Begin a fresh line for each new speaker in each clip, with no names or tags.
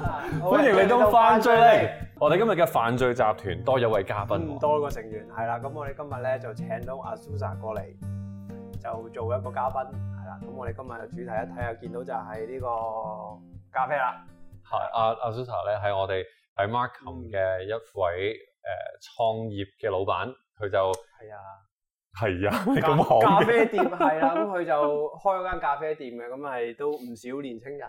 啊咁犯罪嚟。我哋今日嘅犯罪集團多有位嘉賓
咁
喎，
多個成員係啦。咁我哋今日咧就請到阿 Susa 過嚟，就做一個嘉賓係啦。咁我哋今日嘅主題一睇就見到就係呢個咖啡啦。
係阿阿 Susa 咧係我哋喺
嗯
Markham 嘅一位誒呃創業嘅老闆，佢就
係啊，
係 啊，你
咖
咁好
咖
嘅，
啡店係啦，咁佢就開咗間咖啡店嘅，咁係都唔少年青人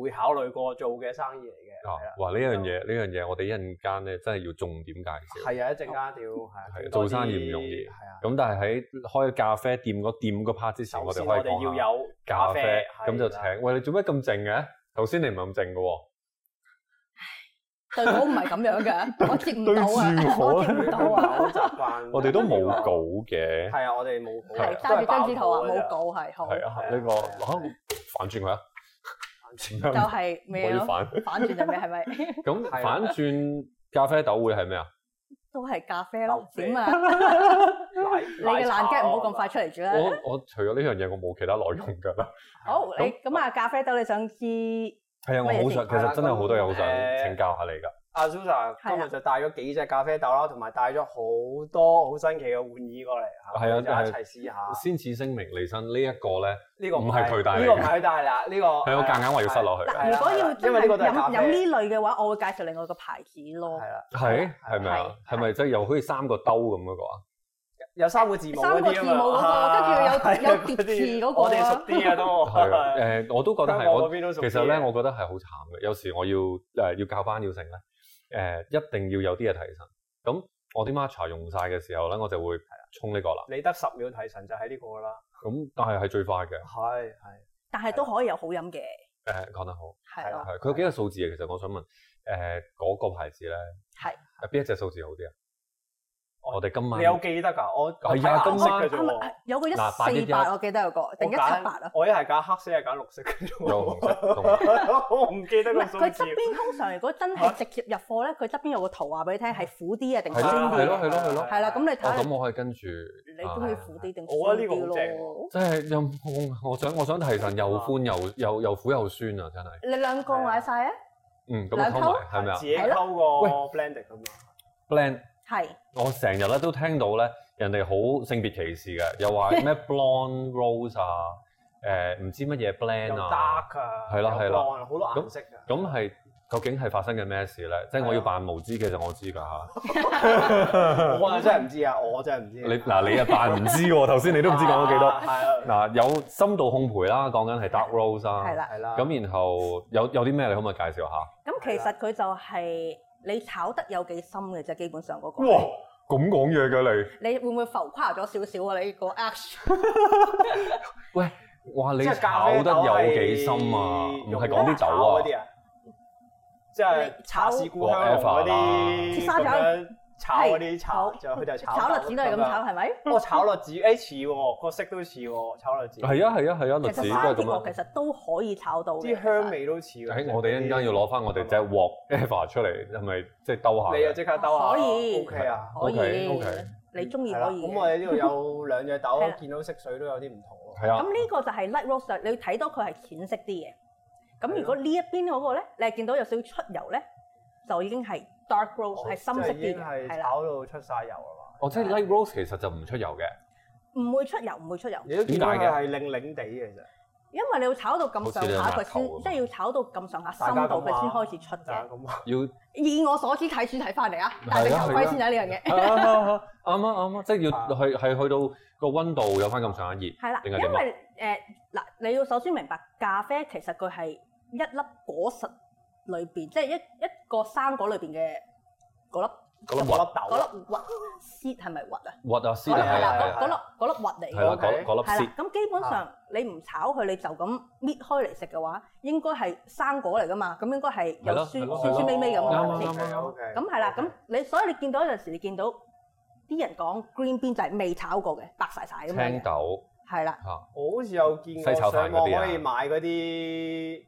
會考慮過做嘅生意嚟嘅，
啊
係啦。
哇！呢樣嘢呢樣嘢，我哋一陣間咧真係要重點介紹。
係啊，一陣間屌係啊
係
傾多啲
做生意唔容易
係啊。
咁但係喺開咖啡店嗰店嗰 part 之前，
首
我哋
先
可以
我哋
講下
要有
咖啡，咁
係
就
啦
請。喂，你做咩咁靜嘅？頭先你唔係咁靜嘅喎。
對我唔係咁樣嘅，我接唔到
對
啊，
住我
我接唔到 啊，
好習慣。
我哋都冇稿
稿。
嘅，
係啊，我哋冇稿
係
係
嘅，
揸住張紙圖啊，
都係
冇稿
爆
係好，
係啊，呢個
係啊
嚇反轉佢啊，
嘅
就係
唔可
咩
以
咯？
反。
反轉就咩係咪？
咁
係啊
反轉咖啡豆會係 咩啊？
都係咖啡咯
咖，啡
點啊？
啫。
你嘅爛 g 唔好咁快
出。
出嚟住啦。
我我除咗呢樣嘢，我冇其他內容㗎啦。
好，你
咁
咁啊，咖啡豆你想知
係啊，我好想，其
係啦
實真係好多嘢好想
咁誒
請教下你㗎。
阿 Susa 今日就帶咗幾隻咖啡豆啦，同埋帶咗好多好新奇嘅玩意過嚟，
係啊
我哋就一齊試下。
先此聲明，李生呢一個咧，
呢個
唔係佢帶嚟嘅
呢個唔係佢帶啦，呢個
係我夾硬話要塞落去
嗱，
嘅。
係啦啊
如果
係
要
啦
真
因為呢
係
個都係
飲
咖啡
飲呢類嘅話，我會介紹另外個牌子咯。
係啦，
係係咪啊？係咪即係又好似三個兜咁嗰個啊？
有三個字母嗰
三個
啲
字
啊
母嗰
嘛，
個，跟住有有
係啊
疊字嗰個
我哋熟啲啊都
係啊誒，我都覺得
香港
係我
嗰。邊都熟啲
其
嘅。
實咧，我覺得係好慘嘅。有時我要誒、要教班要成咧，誒、一定要有啲嘢提神。咁我啲 matcha 用晒嘅時候咧，我就會沖呢個啦。
你得十秒提神就喺呢個啦，
咁但係係最快嘅。誒、
係係。
但係都可以有好飲嘅，
講得好
哦係
係
咯
啦。
係。佢啊有幾個數字嘅，其實我想問誒嗰、呃個牌子咧
係
係邊一隻數字好啲啊？我哋今晚
你有記得㗎？我
係啊
睇顏色嘅啫
啱啊
喎，，
有個一
嗱八一一
四八，我記得有個，定一
我
七八啊
揀。我一係揀黑色，一係揀綠色嘅啫喎。
有紅色同
我唔記得
唔
個
係
數
佢
字
側。邊通常如果真係直接入貨咧，佢側邊有個圖話俾你聽係苦啲啊定
係
酸
咯係
啲
咯
嘅，
係咯係咯
啊
係啦，咁你
哦
睇
咁
下
我可以跟住
你中意苦啲定
我
酸
覺得呢個
啲
好正
咯。
即係又我我想我想提神又
哦
寬又又又苦又酸啊！真係
你兩個買晒啊？
嗯咁
兩
溝
溝
埋係咪啊
自己
係
溝
喂
個 blend 咁啊。
？Blend
係
我成日咧都聽到咧人哋好性別歧視嘅，又 話咩 blonde rose 啊，誒、唔知乜
又
嘢 blend 啊，
dark 啊，
係啦係啦
有 blonde，好多顏色啊㗎。
咁係究竟係發生緊咩事咧？即
啊
係我要扮無知，其實我知㗎嚇。
我啊真係唔知啊，我真係唔知。
你嗱你啊扮唔知喎，頭先你都唔知講咗幾
啊
多。
係啊，
嗱有深度烘焙啦，講緊係 dark rose 啦。
係啦。
係啊啦。
咁然後有有啲咩你可唔可以介紹下？
咁其實佢就係你炒得有幾深嘅啫，基本上嗰個。！
咁講嘢嘅
你會唔會浮誇咗少少啊？你個 action
你，哇你
即係咖
炒
啡
得
豆
有幾深啊？唔係講啲
炒嗰
酒
啲啊，即係
你
炒
炒
士故香濃嗰啲，
鐵砂掌
咁樣炒嗰啲炒，
係
就佢就炒
炒栗子都係咁炒，。係咪？
我炒栗子，誒哎似喎，個色都似喎，炒栗子。
啊！係啊係啊係啊，栗
其
子
實
都
沙
係
啲
咁樣
個。其實都可以炒到嘅。
啲香味都似喎。
喺我哋一陣間要攞翻我哋隻鑊 Eva 出嚟，係咪即係兜下
你又
嘅？
即刻兜下。
哦可以
O K 啊。
可以
OK，OK，
你中意
係啦，
可以嘅。
咁我哋呢度有兩隻豆
係啦，
見到色水都有啲唔同喎。
係啊
咁，呢個就係 light rose，你睇到佢係淺色啲嘅。咁如果呢一邊嗰個咧，你係見到有少少出油咧，就已經係 dark rose，係深色
哦即係已
啲
經
嘅，
係
係啦，
炒到出晒油啦嘛。
哦，即係 light rose 其實就唔出油嘅，
唔會出油，唔會出油，
你都見到
點解
佢
嘅
係擰擰地嘅其實，
因為你要炒到咁上下
好
佢
似你
先
個，
即係要炒到咁上下
大
深
家
度
咁
佢
話
先開始出
就係
嘅。
咁話。
要
以我所知睇書睇翻嚟
係
啊，
啊
但係頭盔
係啊
先有呢樣嘢。
係啊係啊啱啊啱啊，即係要
啊
係係去到個温度有翻咁上下熱，
係啦，
定
因
係點啊
為誒嗱、你要首先明白咖啡其實佢係一粒果實裏邊，即係一一個生果裏邊嘅嗰粒
嗰粒
嗰
核
粒豆
嗰
啊，
粒核 seed 係咪核啊？
核啊，絲
係啊
啊，係
係
啊
啦
係
係
啊
啊
嗰嗰粒嗰粒核嚟
係啦，嗰
嘅。
OK
嗰粒
係
絲啊
啦，咁基本上你唔炒佢，你就咁搣開嚟食嘅話，應該係生果嚟噶嘛，咁應該係
係咯
有
係
酸
咯
酸酸味味咁
啱
啊
啊
係咪先
啱啊
咁係啦，咁你所以你見到有陣時你見到啲人講 green bean 就係未炒過嘅，白晒晒咁樣
青
嘅，
豆，
係啦，
嚇，
我好似有見過
西炒
上
飯
網
嗰啲啊
可以買嗰啲，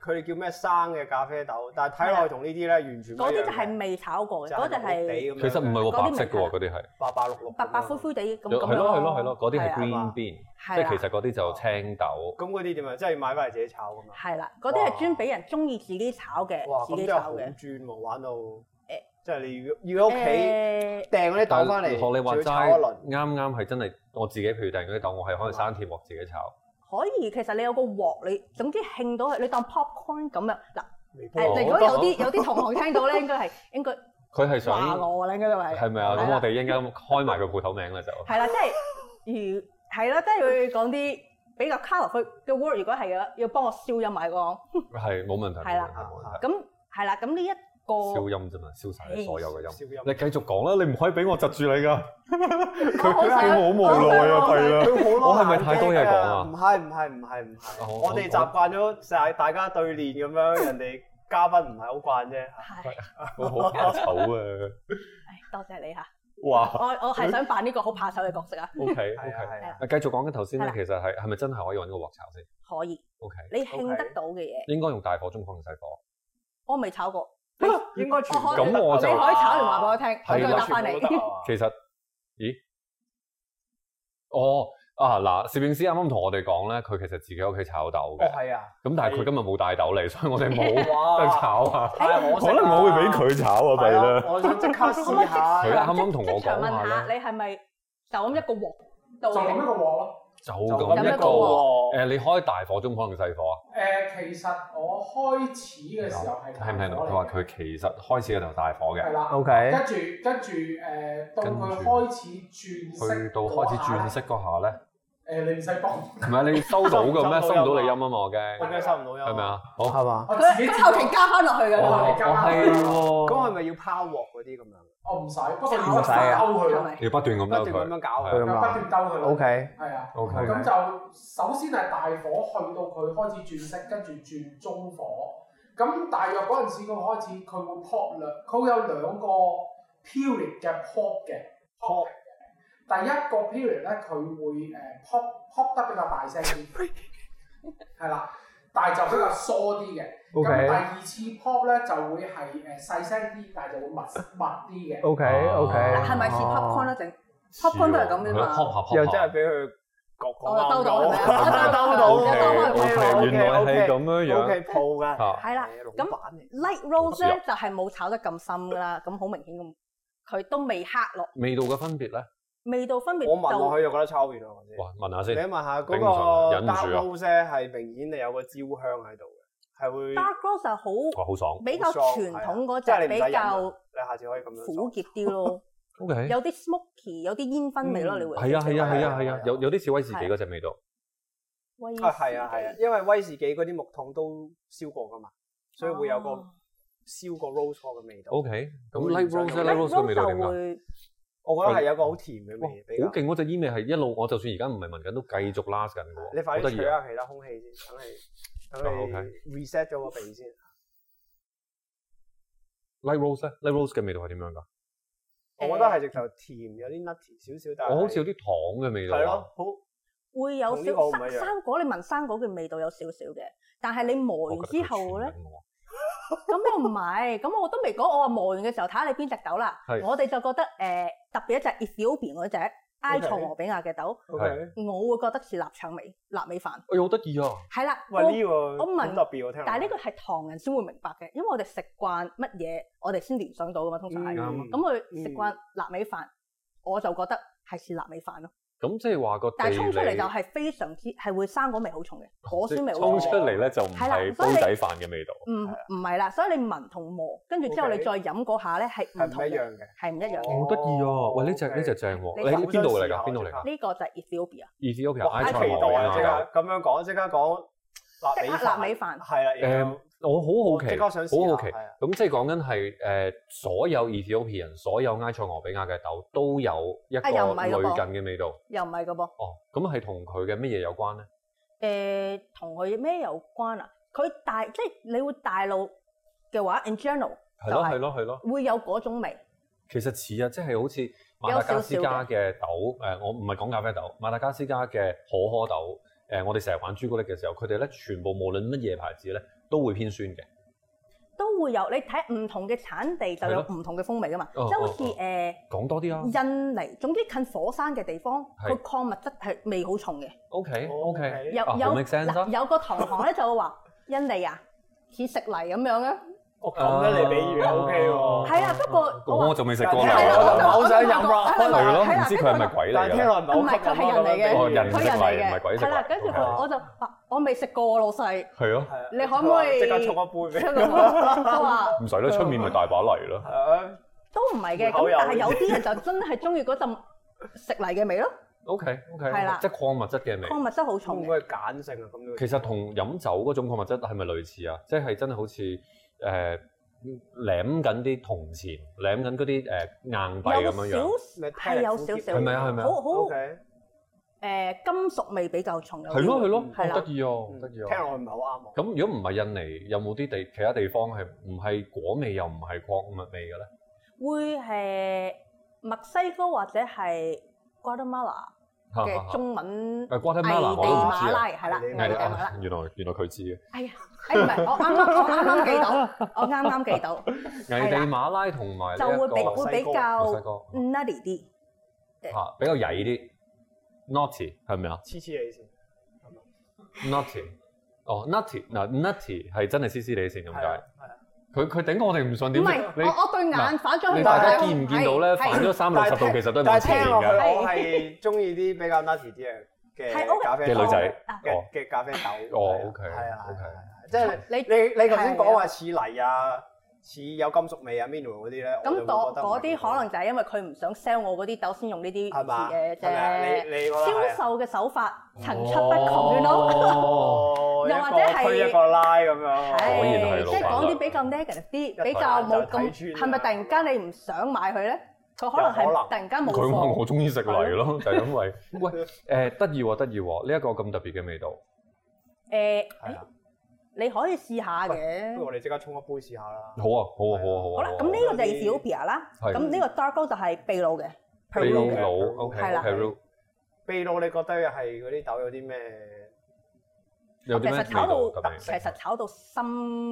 佢哋叫咩生嘅咖啡豆，但係睇落去同呢啲咧完全唔一樣
嗰
嘅
啲就係未炒過嘅，嗰就係
其實唔係喎，
嗰啲
白
咪
色嘅喎，
係
嗰啲係，
白白綠綠咁樣，
白白灰灰地咁咁
係
樣
咯係咯係咯，嗰啲係
係啊
green bean，
係
即係
啦
其實嗰啲就青豆，
咁嗰啲點啊？即係買翻嚟自己炒咁啊！
係啦，嗰啲
哇
係專俾人中意自己炒嘅
哇，，
自
咁
己
真係
炒
好
嘅。
專喎，玩到即係你要要喺屋企
誒
掟嗰啲
但
豆翻嚟，
係學你話
仲要炒一
齋
輪，，
啱啱係真係我自己譬如訂嗰啲豆，我係可能生鐵鑊自己炒，
可以，其實你有個鑊，你總之興到佢，你當 popcorn 咁樣嗱。
微波
誒，
哦
如
爐
果有啲有啲同學聽到咧，應該係應該
佢係
話
想
我啦，應該就係
係咪啊？
係
咁
啦
我哋一陣間開埋個鋪頭名啦就。
係啦，即係如係啦，即係佢講啲比較 colourful 嘅 word，如果係嘅，要幫我消音埋個
係冇問題，
係啦
啊
冇
哦
問題冇問題
咁係啦，咁呢一個
消音啫嘛，消晒你所有嘅音。
燒音
你繼續講啦，你唔可以俾我窒住你㗎。
我好想
佢好無奈啊，
我
弊啦。
佢好
我係
多
咪
眼
太多嘢
睛
講啊
唔係唔係唔係唔係，
我
我哋習慣咗曬大家對練咁樣， 人哋嘉賓唔係好慣啫。
係，
我好怕醜啊。
唉多謝你嚇，
哇
我我係想扮呢個好怕醜嘅角色啊，
，OK
係
OK
啊。係啊，
啊，繼續講緊頭先咧，
係啦
其實係係咪真係可以揾個鑊炒先
可以，
？OK，
你興得到嘅嘢，
應該用大火、中火定細火？
我未炒 過，
應該全部都
我可
咁
以
得
我就啊
你可以炒完話俾我聽，
係啦
我再答翻你
全部都，得啊
其實，咦？哦啊嗱，攝影師啱啱同我哋講咧，佢其實自己喺屋企炒豆
哦
嘅，
係啊，
咁但係佢今日冇帶豆 嚟，所以我哋冇得
哇！
炒啊。
哎
太可惜啦
可能我會俾佢炒啊，弊
係
啦
啊。我想即刻
可唔可
試
以即
下
佢啱
場
啱同我
即
講
場
話
問下你係咪就咁一個鑊
就咁
度？
一個鑊咯。
就
就
咁
咁
一
一
個
個
喎。
喎。
誒，你開大火、中火定細火啊？
誒、其實我開始嘅時候係大火嚟嘅
聽唔聽
哦
到？佢話佢其實開始嘅時候大火嘅
係，啦。
K
跟住跟住誒，到佢開始轉色
去到開始轉色嗰下咧，
誒，你唔使幫我，
唔係你收到嘅咩？
收
收
唔
唔
到
到你
音啊
音啊嘛，我驚
應該收唔到音。
係咪？啊？好，
係嘛？
我
佢
自己
佢後期加翻落去
哦
㗎
我
啦
話。你加
我係
咁係
喎，
咪要拋鑊嗰啲咁樣？
我唔使，不過要
唔使啊
兜佢
係
咯，
咪？
你不斷咁
不斷
嬲
咁
佢
樣搞
係
佢啊
不
嘛
斷兜佢咯。
？OK，
係啊。
，OK，
咁就首先係大火去到佢開始轉色，跟住轉中火。咁大約嗰陣時佢開始，佢會 pop 兩，佢會有兩個 period 嘅 pop 嘅 pop 嘅。第一個 period 咧，佢會誒 pop pop 得比較大聲啲，係啦，但係就比較疏啲嘅。咁
OK
第二次 pop 咧就會係誒細聲啲，但係就會密密啲嘅。
OK OK，
啊
係咪似 popcorn 咧整？popcorn 都係咁啫嘛
係咯，pop 下 pop 下
又真係俾佢焗
我
講
兜到係咪啊
兜到
兜到兜到
OK，OK，
OK，OK，
原來係咁樣樣
OK 鋪㗎，
嚇
係啦，咁
老闆嚟
light rose 咧就係冇炒得咁深噶啦，咁好明顯咁，佢都未黑落，
味道嘅分別咧，
味道分別
我聞落
就
去就覺得抽完喎。
哇，問下
你
先，
問下嗰
頂唔順
個
忍唔
dark
住啊
rose 咧，係明顯你有個焦香喺度嘅，係會
dark rose 就好
哇，好爽
比較傳統嗰
即係
只，
你唔
比
使飲啊
較
你下次可以咁樣
苦
做。
澀 啲咯，
，OK，係
有啲 smoky，有啲煙燻味咯，
嗯
你會
啊係啊係啊係
係
啊
啊，
有有啲似威士忌嗰只味道，
威士忌
啊，係啊係啊，，因為威士忌嗰啲木桶都燒過㗎嘛，所以會有個
哦
燒過 rose 嘅味道。
OK，咁
會
light
唔想
rose 咧
light
，light rose 嘅味道點
就
啊？
會
我覺得係有一個好甜嘅
哇，
味，比較
好勁嗰隻煙味係一路，我就算而家唔係聞緊，都繼續 last 緊嘅喎。
你快
好
啲
得
取
意啊！
下其他空氣先，等
啊
你
，OK
等你 reset 咗個鼻先。
Light rose 咧，light rose 嘅味道係點樣㗎？
我覺得係直頭甜，有啲 nutty 少少，但係
我好似有啲糖嘅味道
係
啊
咯，。好
會有
同呢個唔
少
一樣
生生果，你聞生果嘅味道有少少嘅，但係你磨完
我覺
之
得佢
後咧
傳。緊我
咁又唔係， 咁我都未講，我話磨完嘅時候睇下你邊隻豆啦
係。
我哋就覺得誒、呃特別一隻 Ethiopian 嗰只埃塞俄比亞嘅豆嗯
OK。
我會覺得似臘腸味、臘味飯。
哎呀，好得意啊！
係啦，我
喂，呢個
我聞
好特別喎，聽落。
但係
啊
呢個係唐人先會明白嘅，因為我哋食慣乜嘢，我哋先聯想到噶嘛，通常係。
啱
嗯
咁佢食慣臘味飯，我就覺得係似臘味飯咯。
咁即係話個
但
地
係
理
沖出嚟就係非常之係會生果味好重嘅，果
哦即
酸味
係
好
沖
重
出
嘅。
嚟咧就唔
係啦
係煲
所以你
仔飯嘅味道。啊
唔唔係啦，所以你聞同磨，跟住之後你
OK
再飲嗰下咧係
係
唔
唔
同
一
嘅，
樣嘅。
係唔一樣嘅。
好得意啊！
哦
喂，呢只
OK
呢只正喎，
你
你邊度嚟
我想試下
㗎？邊度嚟㗎
呢個就係 Ethiopia，
？Ethiopia
哇！
埃
太
塞
期
俄
待
比
啊！即
亞。
刻咁樣講，即刻講臘
即
味
刻臘味
飯。
飯。
係啦，然後
我好
我
好
即
奇，
刻想試下
好好奇
係啊。
咁即係講緊係誒所有 Ethiopian、所有埃塞俄比亞嘅豆都有一個
啊又唔係
類
嗰個
近嘅味道。
又唔係噶噃。
哦，咁係同佢嘅乜嘢有關咧？
誒，同佢咩有關啊？佢大即係你會大陸嘅話，in general
係咯
就係
係咯係咯，
會有嗰種味，
其實似啊，即係好似馬達加斯加
有少少
嘅豆，誒、我唔係講咖啡豆，馬達加斯加嘅可可豆，誒、我哋成日玩朱古力嘅時候，佢哋咧全部無論乜嘢牌子咧，都會偏酸嘅。
都會有你睇唔同嘅產地就有
係咯
唔同嘅風味噶嘛，即
哦
係好似
哦哦
誒
講多啲啊
印尼，總之近火山嘅地方，
係
佢礦物質係味好重嘅。
，OK
哦
OK，
有
啊好
有
make sense 啊
嗱有個同行咧就會 話印尼啊，似食泥咁樣嘅，
我哦咁得你比喻
啊
OK 喎。
係啊不過我話
哦
啊
我就未食過
係
啦，
啦我就
我
好想飲
我
啦
我
係咯，
係
唔
啊啦
知
跟住
佢係咪鬼
我就
但係
嚟
聽
㗎？
落唔
唔係
係
佢
好吸引啊
係人嚟嘅，
哦人
佢
食
人
泥唔係
嚟
鬼
嘅，
食
係啦，
泥
跟住
OK
我就話我未食 過，老細，
係咯，
係啊
你可唔可以
即刻沖一杯俾
佢話
唔使啦，出面咪大把泥咯。
係啊
都唔係嘅，
口
咁
有
但係有啲人就真係中意嗰陣食泥 嘅味咯，
OK OK，
係啦
即係礦物質嘅味。
礦物質好
會
重
唔
嘅，
會係鹼性啊？咁樣
其實同飲酒嗰種礦物質係咪類似啊？即係真係好似誒舐緊啲銅錢，舐緊嗰啲誒硬幣咁樣
有
樣，
少
咪
係有少少，
係咪啊係咪啊
好好
OK，
誒金屬味比較重，有
係咯係咯，
係啦
好得意哦，好
嗯
得意
聽
哦。
落去唔係好啱我。
咁如果唔係印尼，有冇啲地其他地方係唔係果味又唔係礦物味嘅咧？
會係墨西哥或者係 Guatemala 嘅中
誒
文危地
Guatemala 我都唔
馬
知啊
拉，係啦，危
危
地
地
馬拉
啊。原來原來佢知嘅。
哎呀，哎唔係，我啱啱我啱啱記到，我啱 啱記到，
危地馬拉同埋呢
就會
一個
比會比較嗯
墨西哥
nutty 啲，
嚇比較曳啲，naughty 係咪啊
黐黐你先，
？naughty 哦，nutty 嗱，nutty 係真係黐黐你線咁
係啊
解。佢佢頂我哋唔順點
唔係
啫？你
我我對眼反咗
你
去個
大
太
家
空
見唔見到咧？
係
反咗三六十
但係
度，其實都係
但
冇
係
前
聽
面
落去，
嘅。
我係中意啲比較 nutty 啲嘅
係 OK
嘅咖啡
嘅
豆
女仔
啊
哦
嘅嘅咖啡豆。
哦
係啊
，OK，
係啊
OK
係啊，即係
你
你你頭先講話似泥啊，似有金屬味啊，mineral 嗰啲咧，我就
咁
會覺
嗰
得
嗰
唔係
啲
好
可能就係因為佢唔想 sell 我嗰啲豆先用呢啲
係嘛？
字嘅
係咪啊你
啫，
你覺得係啊
銷售嘅手法
哦
層出不窮嘅咯。
咯。
哦，
又
一
或
個
者係
推一個拉咁樣。
果然係老
即係
闆
講
啦
啲比較 negative 啲，比
一
較
睇
冇
就
咁
睇穿啦
係咪突然間你唔想買佢咧？佢可能
有可
係
能
突然間冇
佢話
貨，
我中意食泥咯，就係因為喂誒得意喎得意喎，呢一個咁特別嘅味道，
誒，
係啊，
你可以試下
不如
嘅。
我哋即刻沖一杯試下啦。
好啊好啊好啊好啊。
好啦，咁呢個就係 Ethiopia 啦，
係
咁呢個 dark gold 就係秘魯嘅
秘
Peru
魯
嘅。
佬 OK
係啦
Peru
秘魯，你覺得係嗰啲豆有啲咩？
有啲
其
咩味
實炒
道啊特
到
別？
其實炒到深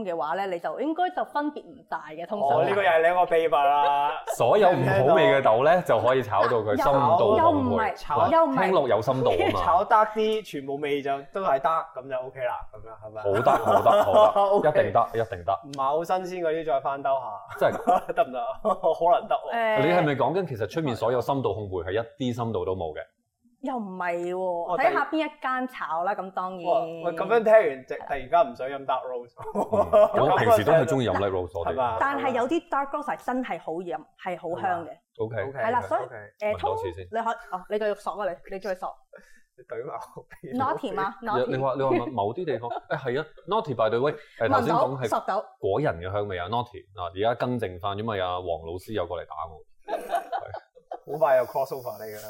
嘅話咧，你就應該就分別唔大嘅，通常。啊
哦，呢個又係兩個秘密啦。
所有唔好味嘅豆咧，就可以 炒到佢深度啊
又
烘
唔
焙，
係
炒
又唔係
聽落有深度啊嘛，
炒得啲，全部味就都係得，咁就 OK 啦，咁樣係咪？
好得好得 好
OK
得，一定得一定得，
唔係好新鮮嗰啲再翻兜下，
真係。
得唔得？可能得喎。
誒
你係咪講緊其實出面所有深度烘焙係一啲深度都 冇嘅？
又唔係
哦
喎，
第二
睇下邊一間炒啦，咁當然。
哇！喂，咁樣聽完，直突然間唔想飲 dark rose。
嗯我平時都係中
意。
意飲 l i g rose 多
係嘛
啲。
但係有啲 dark roast 係真係好飲，係好香嘅。
O K，
OK，
係啦所以
OK，
誒，
聞
通
多次先
你可哦，你繼續索啊，你你繼續索。
你懟埋我鼻度
Naughty 嘛
你
，Naughty，
話你話某某啲地 方，誒係啊，Naughty by the way，誒頭
聞
先講
到
係
索到。
果仁嘅香味啊，Naughty 嗱，而家更正翻，因為阿黃老師有過嚟打我，
好快又 cross over 你㗎啦。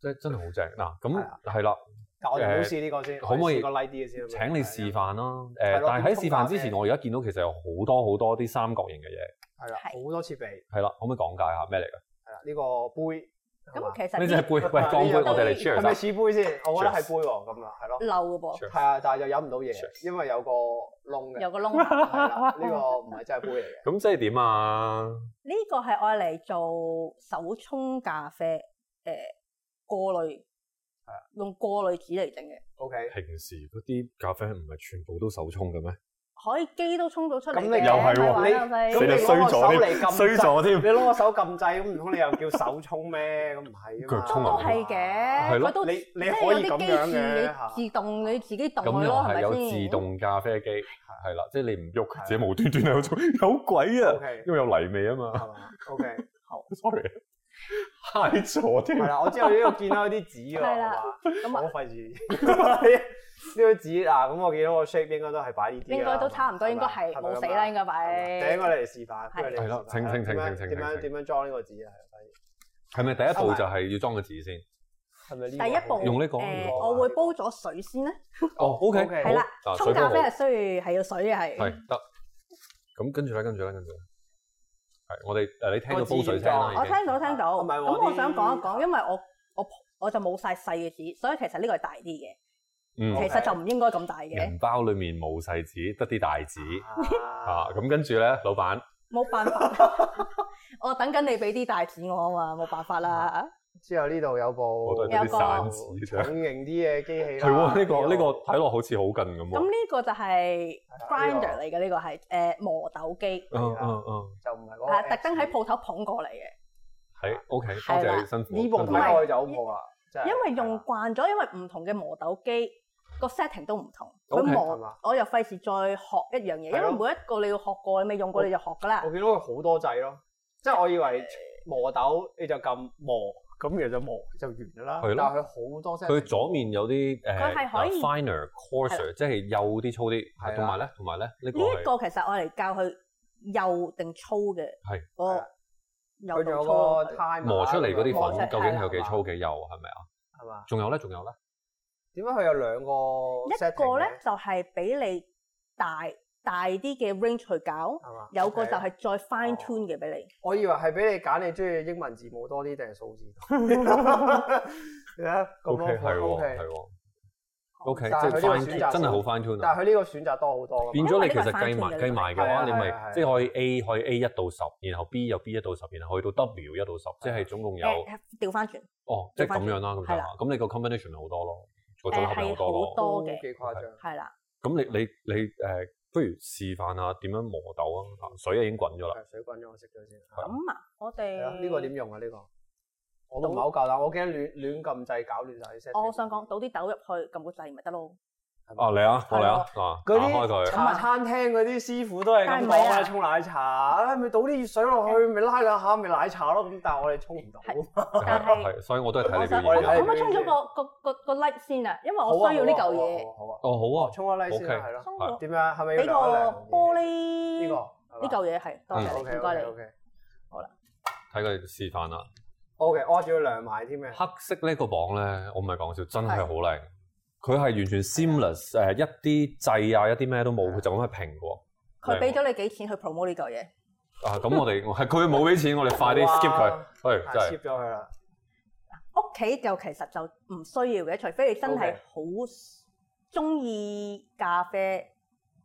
真真係好正嗱，
係
咁
啊
係啦，
但我哋唔好試呢個先，
可唔可以
個 like 啲嘅先？
請你示範啦，誒，
係咯
但係喺
咁
示
通
範之前，
達嘅
我而家見到其實有好多好多啲三角形嘅嘢，
係啦，好
係
多設備係
係啦，可唔可以講解下咩嚟㗎？
啦，呢個杯係嘛啊
咁其實
呢只係
呢
杯，喂，
呢
鋼杯，
隻
我哋嚟
都
係
cheers
咪
啊
似杯先？我覺得係杯喎，咁啊，係咯，
漏嘅噃，
係啊，但係又飲唔到嘢，
Cheers
因為有個窿嘅
有，個窿。
係啦，呢個唔係真係杯嚟嘅，
咁即係點啊？
呢個係愛嚟做手沖咖啡，誒過濾
係啊，
用過濾紙嚟整嘅，
OK，
平時嗰啲咖啡唔係全部都手沖嘅咩？
可以機都沖到出嚟
咁你
嘅。
又係喎
咪玩啦
你
咪
咁
死啦衰
攞個手
咗
嚟撳
添，衰咗添
你。攞個手撳掣，咁唔通你又叫手沖咩？咁唔係啊嘛，
腳沖
都
啊
係嘅，
係咯
佢都
你
即
你
係
可以咁
有啲機
樣
自
嘅
己
嚇
自動你自己動
咁
佢
又
咯，
係
係
有
咪先
自？動咖啡機，係啦，即係你唔喐，佢自己無端端喺度做，有鬼啊！
，OK，
因為有泥味啊嘛
係嘛，OK。
，sorry，嗨咗添
係。啦，我之後呢度見到啲紙
係啦
啦，
咁
好
啊，
費事呢啲紙嗱，咁我見到個 shape 應該都係擺呢啲啦啊
應該都差唔多，
係
應
嘛
該係冇死啦，應該
係咪咁啊係咪
擺
請。我哋嚟示範，不如你
係啦
示範啊
請請請
點樣
請請
點
請
樣點樣裝呢個紙啊？
係咪第一步就係要裝個紙先？
係咪呢個？
第一步
用呢個
誒，
用
我會煲咗水先咧。
哦，OK，
OK
好
係啦，
嗱
沖
水
咖
波
啡
好
嗯係需要係要水嘅係。
係得。咁跟住咧，跟住咧，跟住呢係我哋呃誒你聽到
個字
煲水聲啦，
唔
我
已經
聽到聽到，
唔係喎
咁我
啲
想講一講，因為我我我就冇晒細嘅紙，所以其實呢個係大啲嘅，
嗯
OK
其實就唔應該咁大嘅，
銀包裡面冇細紙，得啲大紙啊
啊，
咁跟住咧，老闆
冇辦法。我等緊你俾啲大紙我啊嘛，冇辦法啦。
之後呢度有
我
部
都
係有
係
啲
啲
散
散
重
紙啫。
型啲嘅機器
係
啦
喎，呢個呢個睇落好似好近咁
啊咁
喎。
呢個就係
係啦
grinder 嚟嘅，呢個係誒磨豆機，
嗯嗯嗯，
就唔係嗰個
係啊特登喺
Apps
鋪頭捧過嚟嘅，
係 OK，多
係
謝
啦
你辛苦。
呢部
辛苦
唔係
睇落去就好冇啦，真係
因為用慣咗，因為唔同嘅磨豆機個 setting 都唔同，佢
OK，
係
磨
嘛
我又費事再學一樣嘢，因
係
為
咯
每一個你要學過，你未用過你就學㗎啦
啊我。見到佢好多掣咯，即係我以為磨豆你就撳磨，咁其實就磨就完㗎啦。
係咯
但係佢好多 set
佢左面有啲誒
佢係可以
finer coarser，即係幼啲粗啲，
係啦
係同埋咧，同埋咧呢個
呢一
係
個其實我嚟教佢幼定粗嘅，
係
嗰
係啊
個幼
佢仲
定
有
粗
個啊
咯
time
磨出嚟嗰
磨
啲
出
粉
嚟
究竟有
係
幾
嘛
粗幾幼係咪啊？
係嘛？
仲有咧，仲有咧，
點解佢有兩個
一
setting
個咧
嘅
就係俾你大大啲嘅 range 去搞，
啊係嘛？
有個就
OK
係再 fine tune 嘅俾
我以為係俾你揀，你中意英文字母多啲定係數字多 啲？你睇咁多
OK 係
款
喎，
，OK
係。喎，OK，即
但係
係
佢呢個
fine
選擇
tune，真係好 fine tune
但
啊！
係佢呢個選擇多好多㗎嘛
變咗你
因
其
哦啊為呢個
實
係 fine
計
tune
埋
嘅
計埋嘅
係
話，
啊
你
係啊係啊
咪即係可以 A 可以 A 一到十，然後 B 有 B 一到十，然後去到 W 一到十，即係總共
你，
哦有
啊誒調翻轉，
哦，即係
調
咁
翻
樣啦，咁
係
就
啦
話咁你個 combination 咪好多咯，個組
誒
合咪好
係
多咯
好。多
都
嘅，
幾誇張。
係啦，
咁你你你誒、呃不如示範下點樣磨豆啊？啊水已經滾咗啦，
係水滾咗，我食咗先。
係
咁啊，我
係
哋
啊，呢個點？用啊？呢個我都唔係好夠膽，我驚亂亂撳掣搞亂晒啲 set。
我想講倒啲豆入去，撳個掣咪得咯。
啊嚟啊，我嚟啊，啊
嗰
打開
啲
佢，
茶餐廳嗰啲師傅都係咁講
但係唔係
啊，
啊
沖奶茶，啊咪倒啲熱水落去，咪拉兩下，咪奶茶咯。咁但係我哋沖唔到，
但
係
係
係，所以我都係睇
我
你
想
表
我
我哋
現嘅
可
睇
唔可以衝咗個個個個 like 先啊？因為
好啊
我需要呢嚿。
好啊
嘢，
好啊好啊，
哦，好
哦
啊，
沖咗拉先啦，
OK
係咯。
衝個
係
點樣？係咪
啊
要
哦俾
量
個
一量
玻
呢
璃
個嗯
呢嚿嘢係多謝
嗯
O
你，
K O
唔
K
該
O
你。
K
睇佢示範啦。
O K，我仲要量埋添啊嘅。
黑色呢個磅咧，我唔係講笑，真係好靚。佢係啊完全 seamless，誒、一啲掣啊，一啲咩都冇，佢就咁係平嘅喎。
佢俾咗你幾錢去 promote 呢嚿嘢？
啊，咁我哋 我係佢冇俾錢，我哋快啲 skip 佢，喂，
係
真係
skip 咗佢啦。
屋企就其實就唔需要嘅，除非你真係
OK
好中意咖啡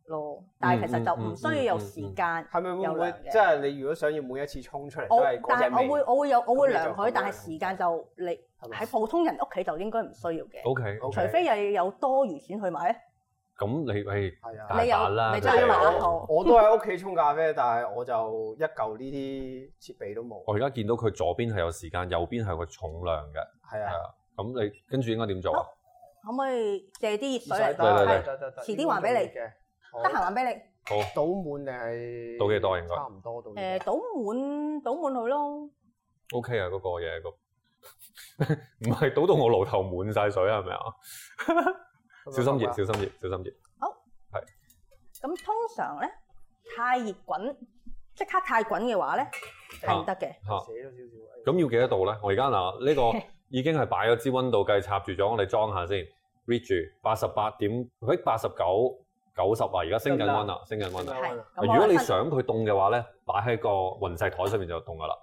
咯。但係其實就唔需要有時間。
係咪會
有
唔
量
會
嘅
即係你如果想要每一次沖出嚟都
我
係嗰
但
隻味
係我會我會有我會量
咁你
佢，
就
但係時間就你
係咪
喺普通人屋企就應該唔需要嘅，
OK。
OK
除非又要有多餘錢去買。
咁你誒
係
大
啊，
你有
把啦，
你
即
真
佢
係
哋
因為
買得
我
好
我都喺屋企沖咖啡，但係我就一嚿呢啲設備都冇。
我而家見到佢左邊係有時間，右邊係有個重量嘅。
係啊
係，咁你跟住應該點做啊？
可唔可以借啲熱水嚟？
得嚟嚟
係
嚟
得得得，
遲啲還俾你
嘅。
得閒還俾你。
好，
倒滿定係
倒幾多應該
差唔多到。
誒倒滿倒滿佢咯，
OK 啊，嗰、個嘢個 唔係倒到我爐頭滿晒水係咪啊？小心熱，小心熱，小心熱。
咁通常咧太熱滾，即刻太滾嘅話咧係唔得嘅。
嚇、
寫咗啊少少。哎
咁要幾多度咧？我而家嗱呢個已經係擺咗支温度計插住咗，我哋裝下先，read 住八十八點，誒八十九九十啊，而家升緊温啦，升緊温啦。
係
咁
啊如
咁
果
我
你
哋分
想佢凍嘅話咧，擺喺個雲石台上面就凍噶啦。